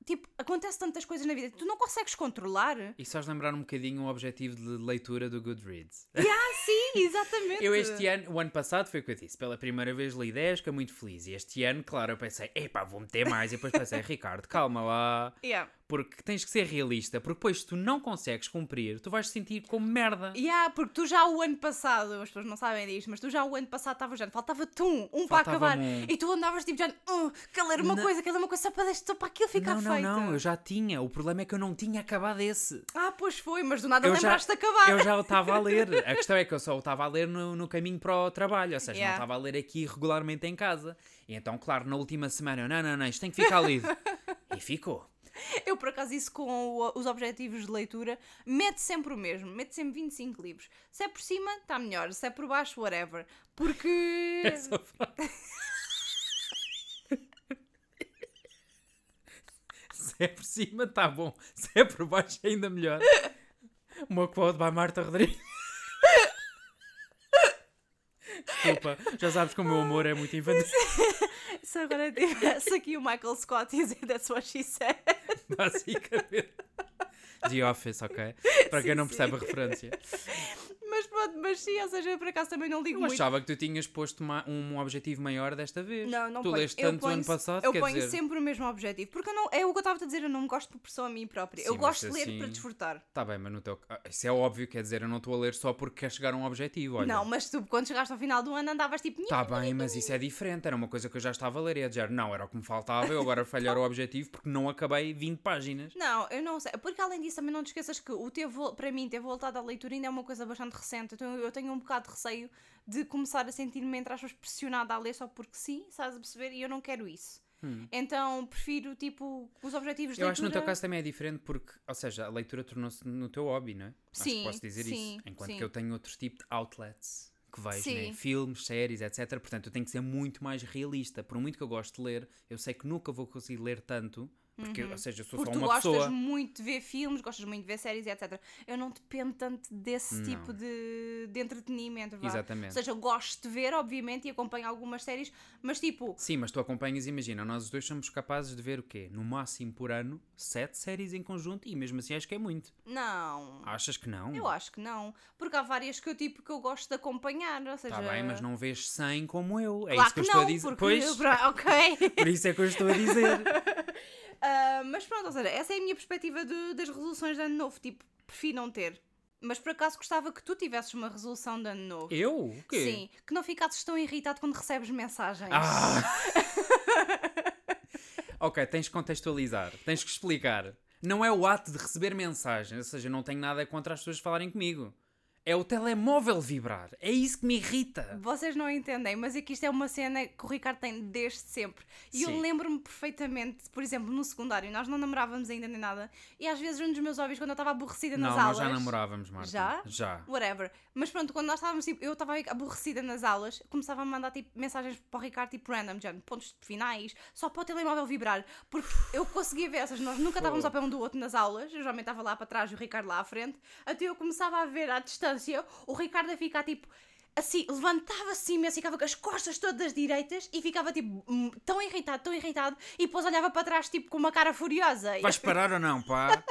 A: Tipo, acontece tantas coisas na vida que tu não consegues controlar.
B: E só lembrar um bocadinho o objetivo de leitura do Goodreads.
A: Ah, sim, exatamente.
B: Eu este ano, o ano passado foi o que eu disse, pela primeira vez li 10, fiquei muito feliz. E este ano, claro, eu pensei, epá, vou meter mais. E depois pensei, Ricardo, calma lá,
A: Yeah.
B: porque tens que ser realista, porque depois se tu não consegues cumprir, tu vais te sentir como merda.
A: Yeah, porque tu já o ano passado, as pessoas não sabem disto, mas tu já o ano passado estavas já, faltava-te um, um para
B: Faltava-me
A: acabar.
B: um.
A: E tu andavas tipo já, uh, quer ler uma
B: Não.
A: coisa, quer ler uma coisa, só para, deste, só para aquilo ficar
B: não, não,
A: feito.
B: não, eu já tinha. O problema é que eu não tinha acabado esse.
A: Ah, pois foi, mas do nada
B: Eu já-
A: lembraste de acabar.
B: Eu já o estava a ler. A questão é que eu só o estava a ler no, no caminho para o trabalho, ou seja,
A: Yeah.
B: não estava a ler aqui regularmente em casa. E então, claro, na última semana eu, não, não, não, isto tem que ficar lido. E ficou.
A: Eu, por acaso, isso com o- os objetivos de leitura, mete sempre o mesmo, mete sempre 25 livros. Se é por cima, está melhor, se é por baixo, whatever. Porque.
B: Essa frase. Se é por cima, tá bom. Se é por baixo, ainda melhor. Uma quote by Marta Rodrigues. Desculpa, já sabes que o meu amor é muito infantil.
A: Se agora tivesse aqui o Michael Scott e dizer that's what she said.
B: Basicamente. The Office, ok? Para quem
A: Sim,
B: não
A: sim.
B: percebe a referência.
A: Mas pronto, mas sim, ou seja, eu por acaso também não ligo
B: Eu
A: muito.
B: achava que tu tinhas posto ma- um objetivo maior desta vez.
A: Não, não
B: tu
A: ponho.
B: leste
A: Eu
B: tanto o
A: ponho
B: ano
A: se-
B: passado,
A: Eu
B: quer
A: ponho
B: dizer...
A: sempre o mesmo objetivo. Porque eu não, é o que eu estava a dizer, eu não gosto de pressão a mim própria. eu
B: Sim, mas
A: gosto de ler
B: assim-
A: para desfrutar.
B: Tá bem, mas no teu. ah, Isso é óbvio, quer dizer, eu não estou a ler só porque quer chegar a um objetivo, olha.
A: Não, mas tu, quando chegaste ao final do ano, andavas tipo.
B: Tá bem, mas isso é diferente. Era uma coisa que eu já estava a ler e a dizer, não, era o que me faltava, eu agora falhar o objetivo porque não acabei 20 páginas.
A: Não, eu não sei. Porque além disso, também não te esqueças que o ter vol- para mim, ter voltado à leitura ainda é uma coisa bastante recente. Então eu tenho um bocado de receio de começar a sentir-me, entre aspas, pressionada a ler só porque sim, estás a perceber? E eu não quero isso. Então prefiro, tipo, os objetivos de
B: Hum. Eu
A: leitura.
B: acho que no teu caso também é diferente porque, ou seja, a leitura tornou-se no teu hobby, não é? acho
A: Sim,
B: que posso dizer
A: sim,
B: isso. Enquanto
A: sim.
B: que eu tenho outro tipo de outlets que vejo,
A: Sim.
B: né? filmes, séries, etc. Portanto, eu tenho que ser muito mais realista. Por muito que eu gosto de ler, eu sei que nunca vou conseguir ler tanto Porque, ou seja, eu sou
A: Uhum. Porque
B: só
A: tu
B: uma
A: gostas
B: pessoa.
A: muito de ver filmes, gostas muito de ver séries, etc. Eu não dependo tanto desse
B: Não.
A: tipo de, de entretenimento. vá.
B: Exatamente.
A: Ou seja, eu gosto de ver, obviamente, e acompanho algumas séries, mas tipo,
B: Sim, mas tu acompanhas, imagina, nós os dois somos capazes de ver o quê? No máximo por ano, sete séries em conjunto e mesmo assim acho que é muito.
A: não.
B: Achas que não?
A: Eu acho que não. Porque há várias que eu tipo que eu gosto de acompanhar. Ou seja,
B: Está Tá bem, mas não vês 100 como eu. É
A: Claro
B: isso que eu
A: que
B: estou
A: não,
B: a dizer.
A: porque-
B: Pois,
A: pra- ok.
B: por isso é que eu estou a dizer.
A: Ah, mas pronto, ou seja, essa é a minha perspectiva de- das resoluções de ano novo. Tipo, prefiro não ter. Mas por acaso gostava que tu tivesses uma resolução de ano novo.
B: eu? O quê?
A: Sim, que não ficasses tão irritado quando recebes mensagens.
B: Ah! ok, tens que contextualizar, tens que explicar. Não é o ato de receber mensagens, ou seja, não tenho nada contra as pessoas falarem comigo. É o telemóvel vibrar, é isso que me irrita.
A: Vocês não entendem, mas é que isto é uma cena que o Ricardo tem desde sempre. E
B: Sim.
A: eu lembro-me perfeitamente, por exemplo, no secundário, nós não namorávamos ainda nem nada, e às vezes um dos meus hobbies, quando eu estava aborrecida
B: não,
A: nas
B: nós
A: aulas.
B: já namorávamos, Marta.
A: Já?
B: Já.
A: Whatever. Mas pronto, quando nós estávamos tipo, eu estava aborrecida nas aulas, começava a mandar tipo mensagens para o Ricardo, tipo random, já, pontos de finais, só para o telemóvel vibrar. Porque eu conseguia ver essas, nós nunca estávamos ao pé um do outro nas aulas, eu geralmente estava lá para trás e o Ricardo lá à frente, até eu começava a ver à distância o Ricardo a ficar tipo. Assim, levantava-se imenso, ficava com as costas todas direitas e ficava tipo hum, tão irritado, tão irritado, e depois olhava para trás tipo com uma cara furiosa. E
B: Vais parar ou não, pá?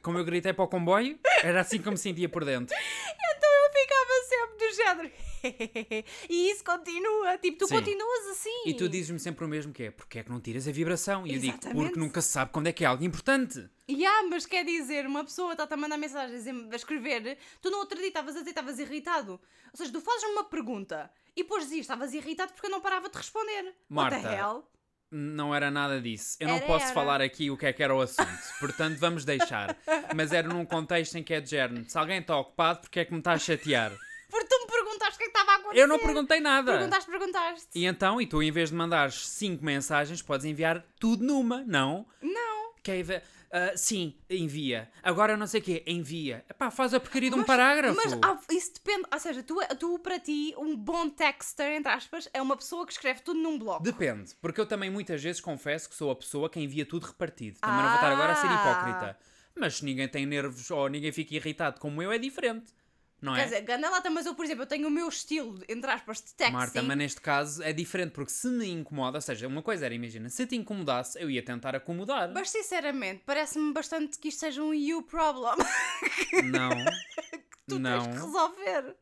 B: Como eu gritei para o comboio, era assim que eu me sentia por dentro.
A: Então eu ficava sempre do género. e isso continua. Tipo, tu
B: Sim.
A: continuas assim.
B: E tu dizes-me sempre o mesmo que é, porque é que não tiras a vibração? E eu digo,
A: Exatamente.
B: porque nunca se sabe quando é que é algo importante.
A: Ya, ah, mas quer dizer, uma pessoa está-te a mandar mensagem a dizer- a escrever, tu no outro dia estavas a dizer que estavas irritado. Ou seja, tu fazes uma pergunta e depois dizias estavas irritado porque eu não parava de responder. What
B: Marta,
A: the hell?
B: Não era nada disso. Eu não
A: Era,
B: posso
A: era.
B: falar aqui o que é que era o assunto. Portanto, vamos deixar. Mas era num contexto em que é de género. Se alguém está ocupado, porque é que me está a chatear?
A: Porque tu me perguntaste o que é que estava a acontecer.
B: Eu não perguntei nada.
A: Perguntaste, perguntaste.
B: E então, e tu em vez de mandares cinco mensagens, podes enviar tudo numa, não?
A: Não.
B: Quer ver? Ah, sim, envia. Agora não sei o quê, envia. Epá, faz a porcaria de um parágrafo.
A: Mas ah, isso depende. Ou seja, tu, tu, para ti, um bom texter, entre aspas, é uma pessoa que escreve tudo num bloco.
B: Depende, porque eu também muitas vezes confesso que sou a pessoa que envia tudo repartido. Também não vou estar agora a ser
A: Ah.
B: hipócrita. Mas se ninguém tem nervos ou ninguém fica irritado como eu, é diferente. Não
A: Quer
B: é?
A: dizer, é ganda lata, mas eu, por exemplo, eu tenho o meu estilo, entre aspas, de texting.
B: Marta, mas neste caso é diferente, porque se me incomoda, ou seja, uma coisa era, imagina, se te incomodasse, eu ia tentar acomodar.
A: Mas sinceramente, parece-me bastante que isto seja um you problem
B: Não.
A: que tu tens que
B: não.
A: resolver.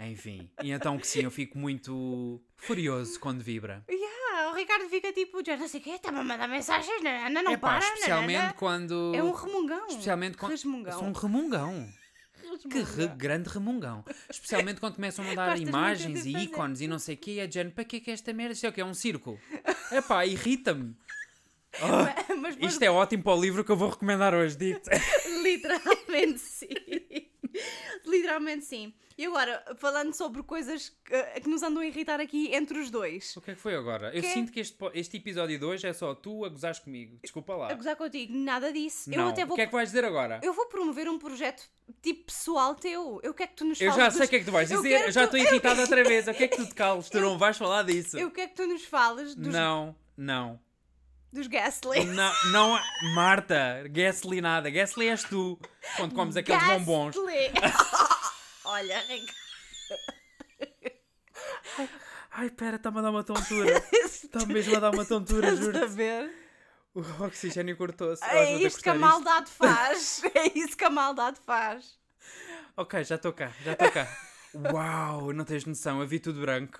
B: Enfim. E então que sim, eu fico muito furioso quando vibra.
A: Yeah, o Ricardo fica tipo, já não sei o quê, está-me a mandar mensagens, não, não, não
B: Epá,
A: para. não, não,
B: especialmente
A: não."
B: quando.
A: É um remungão.
B: Especialmente quando.
A: Resmungão.
B: Sou um remungão. Que
A: Resmungão.
B: re- grande remungão. Especialmente quando começam a mandar
A: Gostas muito
B: imagens
A: de
B: e
A: fazer.
B: ícones e não sei o quê. E é de género, para que é que é esta merda? Isto é o quê? É um circo? Epá, irrita-me. Ah,
A: Mas depois,
B: isto é ótimo para o livro que eu vou recomendar hoje, dito.
A: literalmente sim. literalmente sim. E agora, falando sobre coisas que, que nos andam a irritar aqui entre os dois.
B: O que é que foi agora? Eu
A: Quê?
B: sinto que este, po- este episódio de hoje é só tu a gozares comigo. Desculpa lá.
A: A gozar contigo, nada disso.
B: Não.
A: Eu até vou
B: O que é que vais dizer agora?
A: Eu vou promover um projeto tipo pessoal teu. Eu quero que tu nos
B: Eu
A: fales.
B: já sei o
A: dos-
B: que é que tu vais
A: Eu
B: dizer.
A: quero
B: Eu já
A: que
B: estou irritada outra vez. O que é que tu te calas? Tu não vais falar disso.
A: Eu quero que tu nos fales dos,
B: Não, não.
A: dos Gasly.
B: Não, não, é- Marta, Gasly nada. Gasly és tu. Quando comes aqueles bombons.
A: Gasly. Olha, Ricardo,
B: Ai, pera, está-me a dar uma tontura. Está mesmo a dar uma tontura,
A: estás a
B: juro.
A: ver?
B: O oxigênio cortou-se. Eu
A: É
B: ajudo a
A: isto que a
B: cortar
A: maldade faz. É isso que a maldade faz.
B: Ok, já estou cá, já estou cá. Uau, não tens noção, eu vi tudo branco.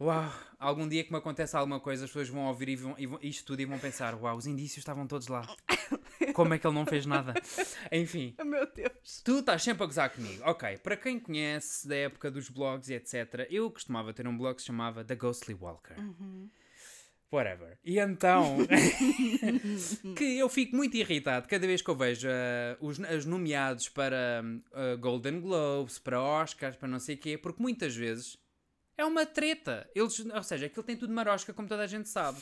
B: Uau, algum dia que me acontece alguma coisa, as pessoas vão ouvir e vão, e vão- isto tudo e vão pensar: Uau, os indícios estavam todos lá. Como é que ele não fez nada? Enfim,
A: Oh, meu Deus.
B: tu estás sempre a gozar comigo. Ok, para quem conhece da época dos blogs e etc., eu costumava ter um blog que se chamava The Ghostly Walker. Whatever. E então. que eu fico muito irritado cada vez que eu vejo ah, os, os nomeados para hum, ah, Golden Globes, para Oscars, para não sei o quê, porque muitas vezes é uma treta. Eles, ou seja, aquilo tem tudo marosca, como toda a gente sabe.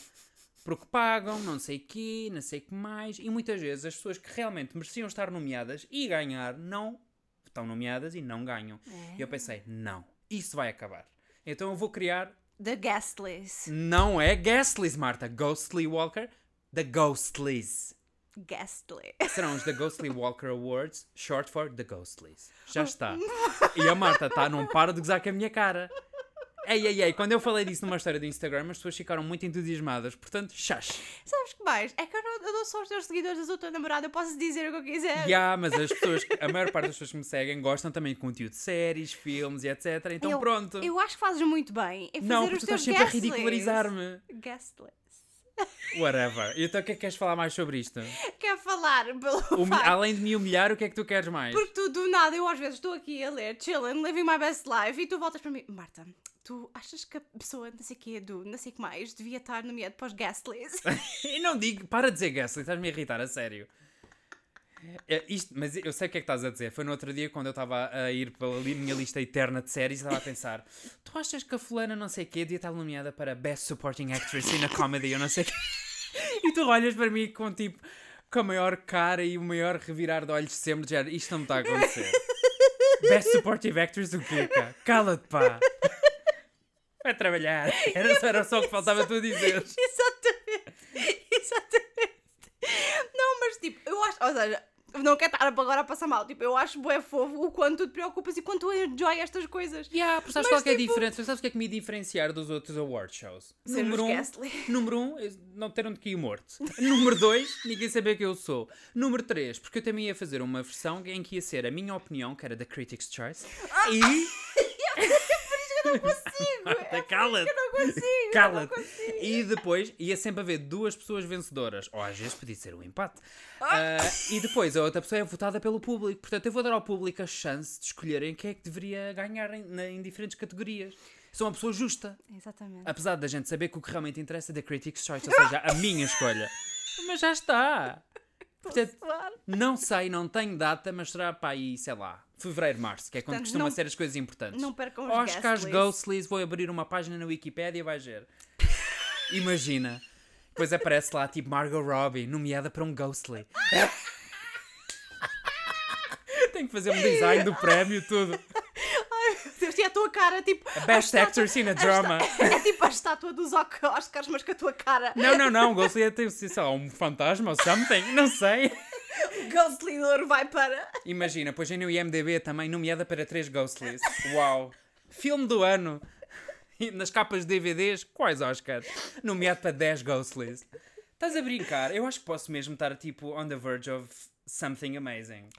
B: Porque pagam, não sei quê, não sei que mais, e muitas vezes as pessoas que realmente mereciam estar nomeadas e ganhar não estão nomeadas e não ganham. E eu pensei, não, isso vai acabar. Então eu vou criar
A: The Ghastlies.
B: Não é Ghastlies, Marta. Ghostly Walker. The Ghostlies.
A: Ghastly.
B: Serão os The Ghostly Walker Awards, short for The Ghostlies. Já está. E a Marta está, não para de gozar com a minha cara. Ei, ei, ei, quando eu falei disso numa história do Instagram, as pessoas ficaram muito entusiasmadas, portanto, chás.
A: Sabes que mais? É que eu, não, eu dou só os teus seguidores da tua namorada, eu posso dizer o que eu quiser.
B: Ya, mas as pessoas, a maior parte das pessoas que me seguem gostam também de conteúdo de séries, filmes e etc. Então
A: eu,
B: pronto.
A: Eu acho que fazes muito bem em fazer
B: não, porque
A: os
B: tu
A: teus
B: estás sempre a
A: Ghastlies.
B: ridicularizar-me.
A: Ghastlies.
B: Whatever. Então o que é que queres falar mais sobre isto?
A: Quer falar pelo
B: Humi-
A: facto-
B: Além de me humilhar, o que é que tu queres mais?
A: Porque tu, do nada, eu às vezes estou aqui a ler Chillin', Living My Best Life, e tu voltas para mim, Marta, tu achas que a pessoa, não sei o quê, do não sei o que mais, devia estar nomeada para os Ghastlies?
B: Eu não digo, para de dizer Gasly, estás-me a irritar, a sério. É, isto, mas eu sei o que é que estás a dizer. Foi no outro dia quando eu estava a ir pela li- minha lista eterna de séries e estava a pensar: tu achas que a fulana não sei quê devia estar nomeada para Best Supporting Actress in a Comedy ou não sei quê? E tu olhas para mim com tipo, com a maior cara e o maior revirar de olhos de sempre, de género, isto não me está a acontecer. Best Supportive Actress o quê, cá? Cala-te, pá! Vai trabalhar! Era, era só o que faltava tu dizeres.
A: Exatamente. Exatamente. Não, mas tipo, eu acho. Ou seja, não quero estar agora a passar mal. Tipo, eu acho bué fofo o quanto tu te preocupas e quanto tu enjoy estas coisas.
B: Yeah, porque sabes
A: Mas,
B: qual é que é a
A: tipo-
B: diferença? Sabes o que é que me diferenciar dos outros award shows?
A: Ser
B: número
A: os
B: um,
A: Gasly.
B: número um, eh, não ter onde que ir morto. número dois, ninguém sabia quem eu sou. Número três, porque eu também ia fazer uma versão em que ia ser a minha opinião, que era da Critics' Choice. E.
A: Eu não consigo.
B: Marta,
A: é por isso
B: cala-te.
A: que Eu não consigo.
B: Cala-te!
A: Eu não consigo.
B: E depois ia sempre haver duas pessoas vencedoras, ou às vezes podia ser um empate. Ah, e depois a outra pessoa é votada pelo público, portanto eu vou dar ao público a chance de escolherem quem é que deveria ganhar em, na- em diferentes categorias. Sou uma pessoa justa.
A: Exatamente.
B: Apesar da gente saber que o que realmente interessa é da Critics' Choice, ou seja, a minha escolha. Mas já está. Portanto,
A: Claro.
B: não sei, não tenho data, mas será para aí, sei lá, fevereiro, março, que é quando
A: Portanto,
B: costuma
A: não-
B: ser as coisas importantes.
A: não percam os
B: Oscars
A: Ghastlies.
B: Ghostlies, vou abrir uma página na Wikipédia e vais ver. Imagina. Depois aparece lá, tipo, Margot Robbie, nomeada para um Ghostly. Tenho que fazer um design do prémio, tudo.
A: Ai, meu Deus, e a tua cara, tipo. a
B: Best
A: estátua-
B: Actress in a
A: esta-
B: Drama.
A: É tipo a estátua dos Oscars, mas com a tua cara.
B: Não, não, não, Ghostly é tipo, sei lá, um fantasma ou something, não sei.
A: Ghostly Lure vai para.
B: Imagina, pois aí no IMDB também, nomeada para três Ghostlies. Uau! Filme do ano! E nas capas de DVDs, quais Oscars? Nomeado para 10 Ghostlies. Estás a brincar? Eu acho que posso mesmo estar tipo on the verge of something amazing.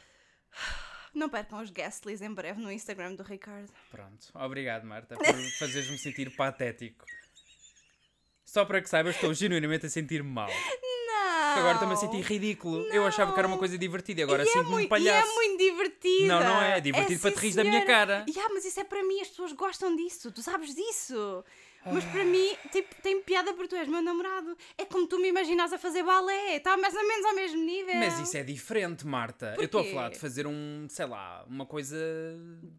A: Não percam os Ghastlies em breve no Instagram do Ricardo.
B: Pronto. Obrigado, Marta, por fazeres-me sentir patético. Só para que saibas, estou genuinamente a sentir-me mal.
A: Não!
B: Agora estou-me a sentir ridículo. Eu achava que era uma coisa divertida e agora
A: E é
B: sinto-me um
A: muito-
B: palhaço.
A: E é muito divertido.
B: Não, não é. É divertido para te rires da minha cara.
A: Yeah, mas isso é para mim, as pessoas gostam disso, tu sabes disso.
B: Ah.
A: Mas para mim, tipo, tem piada porque tu és meu namorado. É como tu me imaginas a fazer balé, está mais ou menos ao mesmo nível.
B: Mas isso é diferente, Marta. Eu estou a falar
A: quê?
B: de fazer um, sei lá, uma coisa.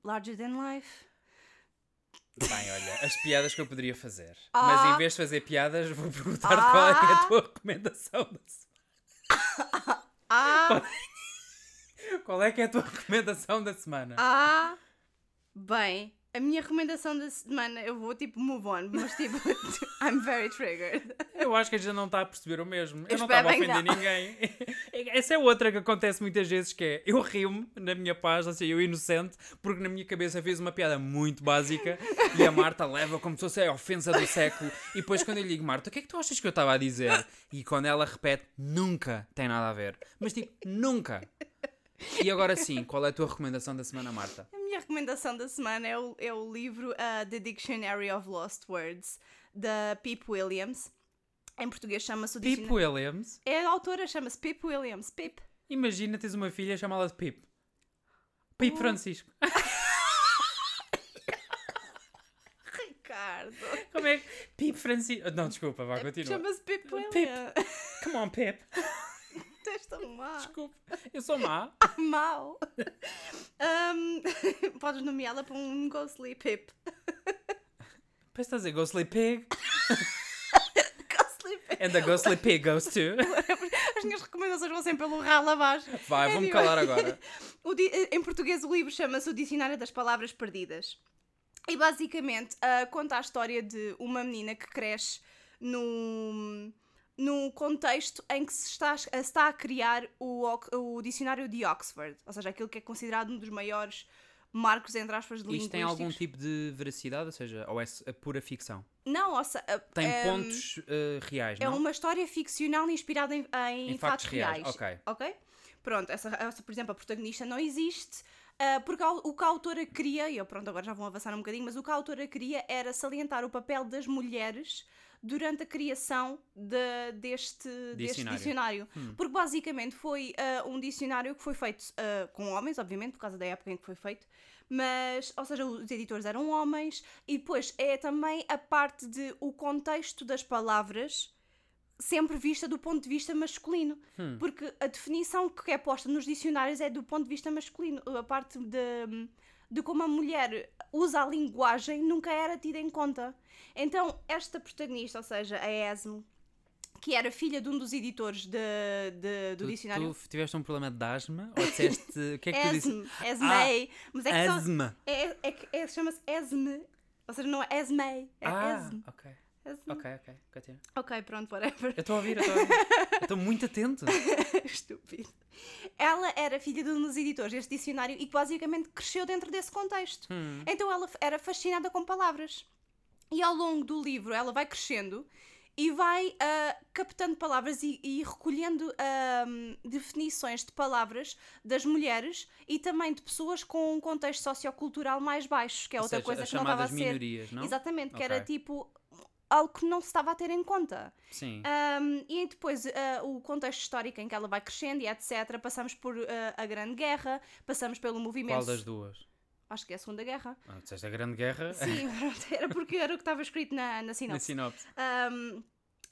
A: Larger than life.
B: Bem, olha, as piadas que eu poderia fazer.
A: Ah.
B: Mas em vez de fazer piadas, vou perguntar
A: Ah.
B: qual é que é a tua recomendação. da se-
A: Ah,
B: Qual é que é a tua recomendação da semana?
A: ah. Bem, a minha recomendação da semana, eu vou tipo move on, mas tipo, I'm very triggered.
B: Eu acho que a gente não está a perceber o mesmo.
A: Eu
B: Eu, não
A: espero
B: estava a
A: bem que
B: ofender ninguém. Essa é outra que acontece muitas vezes, que é eu rio-me na minha paz, ou seja, eu inocente, porque na minha cabeça fiz uma piada muito básica e a Marta leva como se fosse a ofensa do século. E depois quando eu lhe digo, Marta, o que é que tu achas que eu estava a dizer? E quando ela repete, nunca tem nada a ver. Mas tipo, nunca. E agora sim, qual é a tua recomendação da semana, Marta?
A: A minha recomendação da semana é o, é o livro ah, The Dictionary of Lost Words, da Pip Williams. Em português chama-se o
B: Pip
A: dicionário.
B: Williams.
A: É a autora, chama-se Pip Williams. Pip.
B: Imagina tens uma filha chamá-la de Pip.
A: Oh.
B: Pip Francisco.
A: Ricardo.
B: Como é que. Pip Francisco. Não, desculpa, vá, continua.
A: Chama-se Pip Williams.
B: Come on, Pip.
A: Tu és tão má.
B: Desculpa. Eu sou má.
A: Mau. Ahm, podes nomeá-la para um Ghostly Pip.
B: Parece que estás a dizer Ghostly Pig.
A: Ghostly Pip.
B: And the Ghostly Pig goes to.
A: As minhas recomendações vão sempre pelo ralo abaixo.
B: Vai, vou-me
A: Anyway.
B: calar agora.
A: eh, O di- em português o livro chama-se O Dicionário das Palavras Perdidas. E basicamente ah, conta a história de uma menina que cresce num, num contexto em que se está, a- eh, está a criar o, Oc- o dicionário de Oxford, ou seja, aquilo que é considerado um dos maiores marcos, entre aspas, de
B: Isto
A: linguísticos.
B: tem algum tipo de veracidade, ou seja, ou é s- a pura ficção?
A: Não, ou se- a-
B: Tem
A: é,
B: pontos eh, reais,
A: é
B: não?
A: uma história ficcional inspirada em, em
B: Em
A: fatos,
B: factos
A: reais.
B: reais, ok.
A: Ok? Pronto, essa, essa, por exemplo, a protagonista não existe, ah, porque a- o que a autora queria, e eu pronto, agora já vão avançar um bocadinho, mas o que a autora queria era salientar o papel das mulheres durante a criação de- deste deste dicionário.
B: Dicionário.
A: Porque basicamente foi ah, um dicionário que foi feito ah, com homens, obviamente, por causa da época em que foi feito, mas, ou seja, os editores eram homens, e depois é também a parte de o contexto das palavras sempre vista do ponto de vista masculino, porque a definição que é posta nos dicionários é do ponto de vista masculino, a parte de, de como a mulher usa a linguagem nunca era tida em conta. Então, esta protagonista, ou seja, a Esme, que era filha de um dos editores de, de- do
B: Tu-
A: dicionário.
B: Tu tiveste um problema de asma? Ou disseste. O que é que tu disseste?
A: Esme, Esmei, mas é que só-
B: Asma.
A: é, é, que- é- chama-se Esme, ou seja, não é Esmei, é
B: Ah,
A: Esme.
B: ok.
A: Esme.
B: Ok, ok. Continua.
A: Ok, pronto, whatever. é
B: Eu estou a ouvir, eu estou a ouvir. Eu Estou muito atento.
A: Estúpido. Ela era filha de um dos editores deste dicionário e que basicamente cresceu dentro desse contexto.
B: Hum.
A: Então ela f- era fascinada com palavras. E ao longo do livro ela vai crescendo e vai ah, captando palavras e, e recolhendo ahm, definições de palavras das mulheres e também de pessoas com um contexto sociocultural mais baixo, que é
B: Ou
A: outra
B: seja,
A: coisa
B: as
A: que não estava a
B: chamadas
A: ser.
B: minorias, não?
A: Exatamente, que era
B: Ok.
A: tipo algo que não se estava a ter em conta.
B: Sim.
A: Um, e depois uh, o contexto histórico em que ela vai crescendo e etc. Passamos por uh, a Grande Guerra, passamos pelo movimento.
B: Qual das duas?
A: Acho que é a Segunda Guerra.
B: Ah, disseste a Grande Guerra?
A: Sim, pronto, era porque era o que estava escrito na, na
B: Na
A: sinopse.
B: sinopse.
A: Um,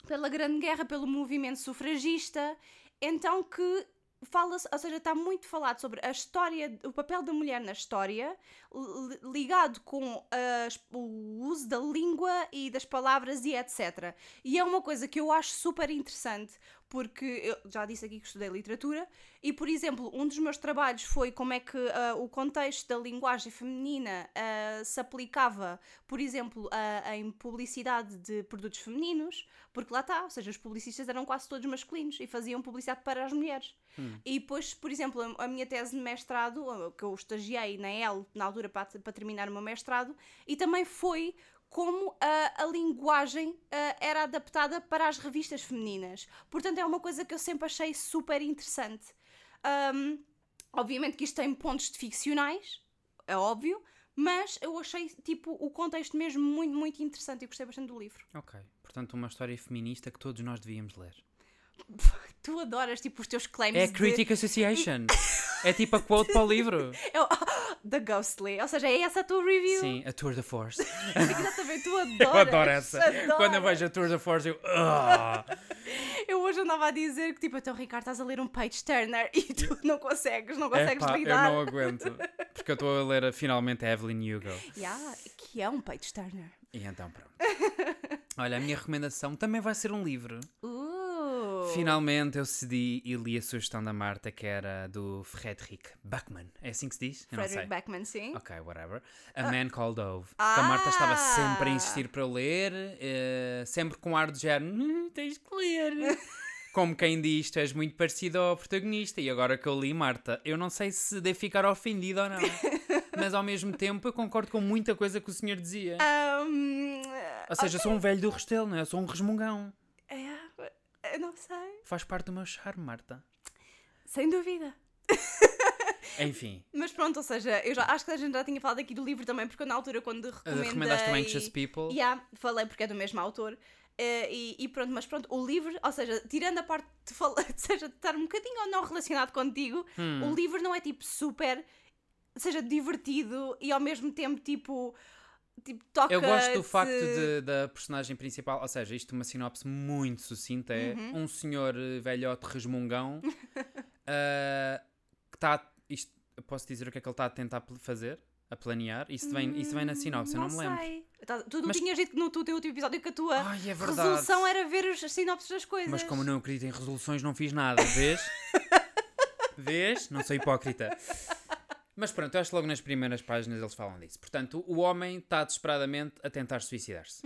A: pela Grande Guerra, pelo movimento sufragista. Então que fala-se, ou seja, está muito falado sobre a história, o papel da mulher na história, li- ligado com as- o uso da língua e das palavras e etc. E é uma coisa que eu acho super interessante, porque eu já disse aqui que estudei literatura, e por exemplo, um dos meus trabalhos foi como é que ah, o contexto da linguagem feminina ah, se aplicava, por exemplo, a- em publicidade de produtos femininos, porque lá está, ou seja, os publicistas eram quase todos masculinos e faziam publicidade para as mulheres. E depois, por exemplo, a- a minha tese de mestrado, ah, que eu estagiei na L na altura para, para terminar o meu mestrado, e também foi como a, a linguagem ah, era adaptada para as revistas femininas. Portanto, é uma coisa que eu sempre achei super interessante. Ahm, obviamente que isto tem pontos de ficcionais, é óbvio, mas eu achei tipo o contexto mesmo muito, muito interessante e gostei bastante do livro.
B: Ok. Portanto, uma história feminista que todos nós devíamos ler.
A: Tu adoras tipo os teus claims
B: É a
A: de-
B: Critic Association. é tipo a quote para o livro.
A: É o- The Ghostly, ou seja, é essa a tua review.
B: Sim, a Tour de Force.
A: Exatamente, tu adoras.
B: Eu adoro essa.
A: adoras.
B: Quando eu vejo a Tour de Force, eu. Ah!
A: Eu hoje andava a dizer que tipo, então Ricardo, estás a ler um page turner e tu não consegues, não consegues
B: Epá, eu
A: lidar.
B: não aguento. Porque eu estou a ler ah, finalmente a Evelyn Hugo.
A: Yeah, que é um page turner.
B: E então pronto. Olha, a minha recomendação também vai ser um livro.
A: Uh.
B: Finalmente eu cedi e li a sugestão da Marta, que era do Frederick Bachman. É assim que se diz? Eu não sei.
A: Frederick Beckman, sim.
B: Ok, whatever. A
A: Ah.
B: Man Called Ove. que a Marta estava sempre a insistir para eu ler, eh, sempre com ar de género, "Hum, tens que ler. Como quem diz, tu és muito parecido ao protagonista. E agora que eu li, Marta, eu não sei se devo ficar ofendida ou não. Mas ao mesmo tempo eu concordo com muita coisa que o senhor
A: Ah,
B: dizia.
A: Ahm,
B: Ou seja, eu sou um velho do restelo, não é? Eu sou um resmungão.
A: é, eu não sei.
B: Faz parte do meu charme, Marta.
A: Sem dúvida.
B: Enfim.
A: Mas pronto, ou seja, eu já, acho que a gente já tinha falado aqui do livro também, porque eu na altura quando recomendei...
B: Eh, recomendaste o Anxious People?
A: Yeah, falei porque é do mesmo autor. eh, e, e pronto, mas pronto, o livro, ou seja, tirando a parte de falar, ou seja, de estar um bocadinho ou não relacionado contigo,
B: Hum.
A: o livro não é tipo super, ou seja, divertido e ao mesmo tempo tipo, tipo toca
B: Eu gosto do facto de- da personagem principal, ou seja, isto é uma sinopse muito sucinta, é um senhor eh, velhote resmungão ah, que está, isto, eu posso dizer o que é que ele está a tentar pl- fazer, a planear, isso vem, isso vem na sinopse, eu não, me lembro.
A: Hum, sei. Tá- Tu não
B: Mas-
A: tinhas dito no teu teu último episódio que a tua
B: Ai, é verdade.
A: resolução era ver os as sinopses das coisas.
B: Mas como não acredito em resoluções, não fiz nada, vês? vês? Não sou hipócrita. Mas pronto, eu acho que logo nas primeiras páginas eles falam disso. Portanto, o homem está desesperadamente a tentar suicidar-se.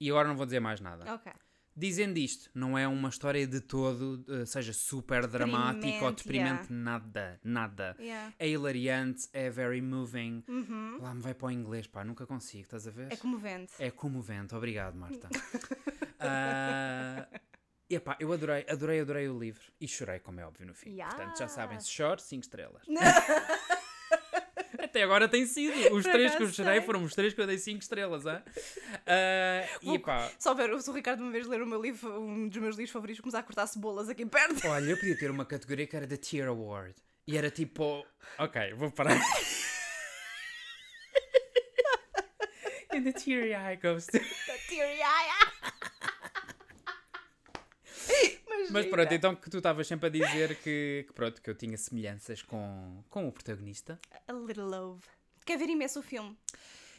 B: E agora não vou dizer mais nada.
A: Ok.
B: Dizendo isto, não é uma história de todo, eh, seja super dramática ou
A: Deprimente,
B: deprimente, nada, nada.
A: Yeah. Uhum.
B: É hilariante, é very moving. Lá me vai para o inglês, pá, nunca consigo, estás a ver?
A: É comovente.
B: É comovente, obrigado, Marta. Ah, epá, eu adorei, adorei, adorei o livro e chorei, como é óbvio, no fim.
A: Yeah.
B: Portanto, já sabem, se choro, 5 estrelas. Até agora tem sido. Os
A: Por
B: três que eu
A: acaso
B: chorei
A: tem.
B: foram os três que eu dei 5 estrelas. hã? Ah, e
A: Vou-
B: pá,
A: Só ver se o Ricardo uma vez ler o meu livro, um dos meus livros favoritos, começar a cortar cebolas aqui perto.
B: olha, eu podia ter uma categoria que era The Tear Award. E era tipo. Ok, vou parar. And the teary eye goes to.
A: Mas,
B: Mas
A: gira.
B: pronto, então que tu estavas sempre a dizer que, que pronto, que eu tinha semelhanças com, com o protagonista.
A: A Little Love. Quer ver imenso o filme?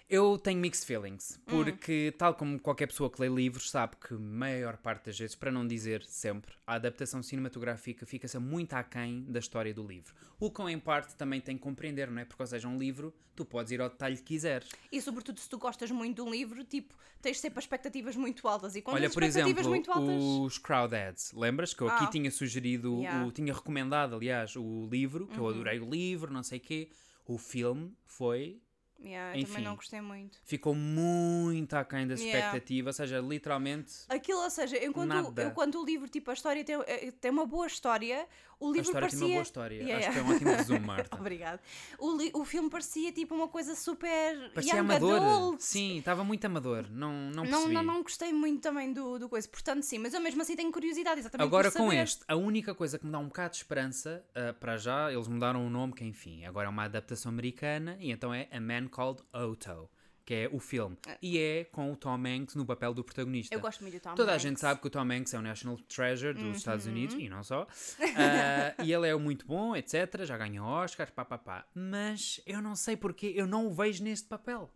B: Eu tenho mixed feelings,
A: Hum.
B: porque tal como qualquer pessoa que lê livros sabe que maior parte das vezes, para não dizer sempre, a adaptação cinematográfica fica-se muito aquém da história do livro. O que em parte também tem que compreender, não é? Porque, ou seja, um livro, tu podes ir ao detalhe que quiseres.
A: E sobretudo se tu gostas muito de um livro, tipo, tens sempre expectativas muito altas. E quando
B: Olha,
A: tens
B: por
A: expectativas
B: exemplo,
A: muito altas.
B: os Crowd Ads. Lembras que eu aqui
A: Ah.
B: tinha sugerido,
A: Yeah. Uhum.
B: o, tinha recomendado, aliás, o livro, que eu adorei o livro, não sei o quê. O filme foi
A: Yeah, eu
B: enfim.
A: também não gostei muito.
B: ficou muito aquém das
A: Yeah.
B: expectativas, ou seja, literalmente
A: Aquilo, ou seja, enquanto,
B: Nada.
A: enquanto o livro, tipo, a história tem, eh, tem uma boa história, o
B: a
A: livro
B: história
A: parecia.
B: tem uma boa história.
A: Yeah,
B: Acho
A: yeah.
B: que é um ótimo resumo, Marta.
A: Obrigado. O, li- o filme parecia tipo uma coisa super
B: Parecia
A: young
B: amador.
A: adult.
B: Sim, estava muito amador. Não, não
A: Não,
B: percebi.
A: não, não gostei muito também do, do coisa. Portanto, sim, mas eu mesmo assim tenho curiosidade exatamente
B: Agora
A: por
B: com
A: saber.
B: este, a única coisa que me dá um bocado de esperança, ah, para já, eles mudaram o nome, que enfim, agora é uma adaptação americana, e então é A Man Called Otto, que é o filme. E é com o Tom Hanks no papel do protagonista.
A: Ah. Eu gosto muito do Tom
B: Toda
A: Hanks. Uhum.
B: a gente sabe que o Tom Hanks é o National Treasure dos Estados Unidos e não só. Ah, e ele é muito bom, etc. Já ganhou Oscars, pá, pá, pá. Mas eu não sei porque eu não o vejo neste papel.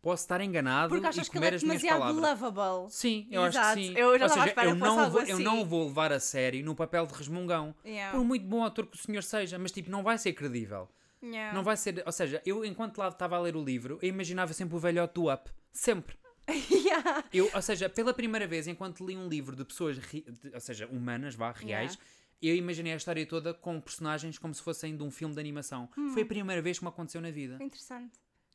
B: Posso estar enganado
A: Hum. Porque
B: e
A: achas que ele é
B: comer as minhas
A: demasiado
B: palavras.
A: lovable.
B: Sim, eu acho
A: Exato.
B: que sim.
A: Eu já
B: Ou
A: estava à
B: seja,
A: espera
B: eu
A: que fosse
B: não,
A: algo
B: vou, eu
A: assim.
B: não vou levar a sério no papel de resmungão.
A: Yeah.
B: Por muito bom ator que o senhor seja, mas tipo, não vai ser credível.
A: Yeah.
B: Não vai ser. Ou seja, eu enquanto lá estava a ler o livro, eu imaginava sempre o velhote do Up. Sempre.
A: Yeah.
B: Eu, ou seja, pela primeira vez, enquanto li um livro de pessoas, ri- de- ou seja, humanas, vá, reais, eu imaginei a história toda com personagens como se fossem de um filme de animação.
A: Hum.
B: Foi a primeira vez que me aconteceu na vida.
A: Interessante.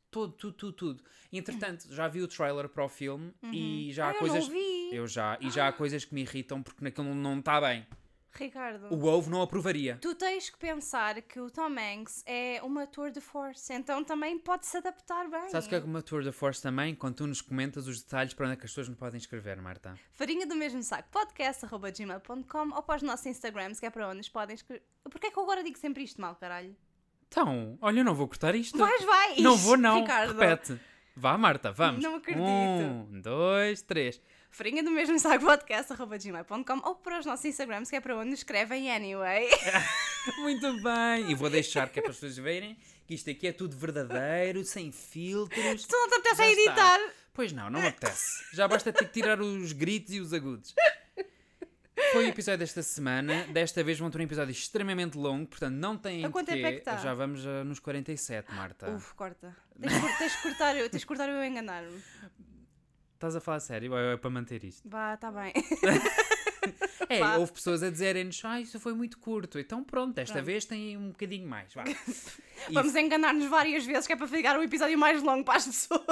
B: Todo, tudo, tudo, tudo. E, entretanto, já vi o trailer para o filme e já
A: Ah,
B: há
A: eu
B: coisas.
A: não vi. Ah.
B: Eu já, e já há coisas que me irritam porque naquilo não está bem.
A: Ricardo.
B: O ovo não aprovaria.
A: Tu tens que pensar que o Tom Hanks é uma tour de force, então também pode se adaptar bem.
B: Sabes o que é uma Tour de Force também? Quando tu nos comentas os detalhes para onde é que as pessoas não podem escrever, Marta.
A: Farinha do mesmo saco, podcast.gmail.com ou para os nossos Instagrams, que é para onde nos podem escrever. Porquê é que eu agora digo sempre isto mal, caralho?
B: Então, olha, eu não vou cortar isto.
A: Vais, vais!
B: Não vou, não.
A: Ricardo.
B: Repete. Vá, Marta, vamos.
A: Não acredito.
B: Um, dois, três.
A: Farinha do mesmo saco, podcast.gmail.com ou para os nossos Instagrams, que é para onde nos escrevem anyway.
B: Muito bem. E vou deixar que é para as pessoas verem que isto aqui é tudo verdadeiro, sem filtros.
A: tu não te apetece
B: Já
A: a
B: está.
A: editar.
B: Pois não, não me apetece. Já basta ter que tirar os gritos e os agudos. Foi o episódio desta semana. Desta vez vão ter um episódio extremamente longo, portanto não tem.
A: A quanto tempo é que está?
B: Já vamos ah, nos 47, Marta.
A: Uf, corta. Tens de cor- Tens de cortar eu, tens de cortar eu a enganar-me.
B: Estás a falar sério? Ou é para manter isto?
A: Vá, tá bem.
B: É,
A: Pá.
B: houve pessoas a dizerem-nos, ah, isso foi muito curto. Então pronto, desta
A: Pronto.
B: vez tem um bocadinho mais. Vá. E
A: Vamos enganar-nos várias vezes, que é para ficar um episódio mais longo para as pessoas.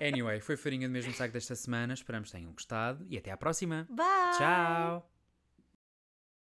B: Anyway, foi farinha do mesmo saco desta semana. Esperamos que tenham gostado e até à próxima.
A: Bye!
B: Tchau!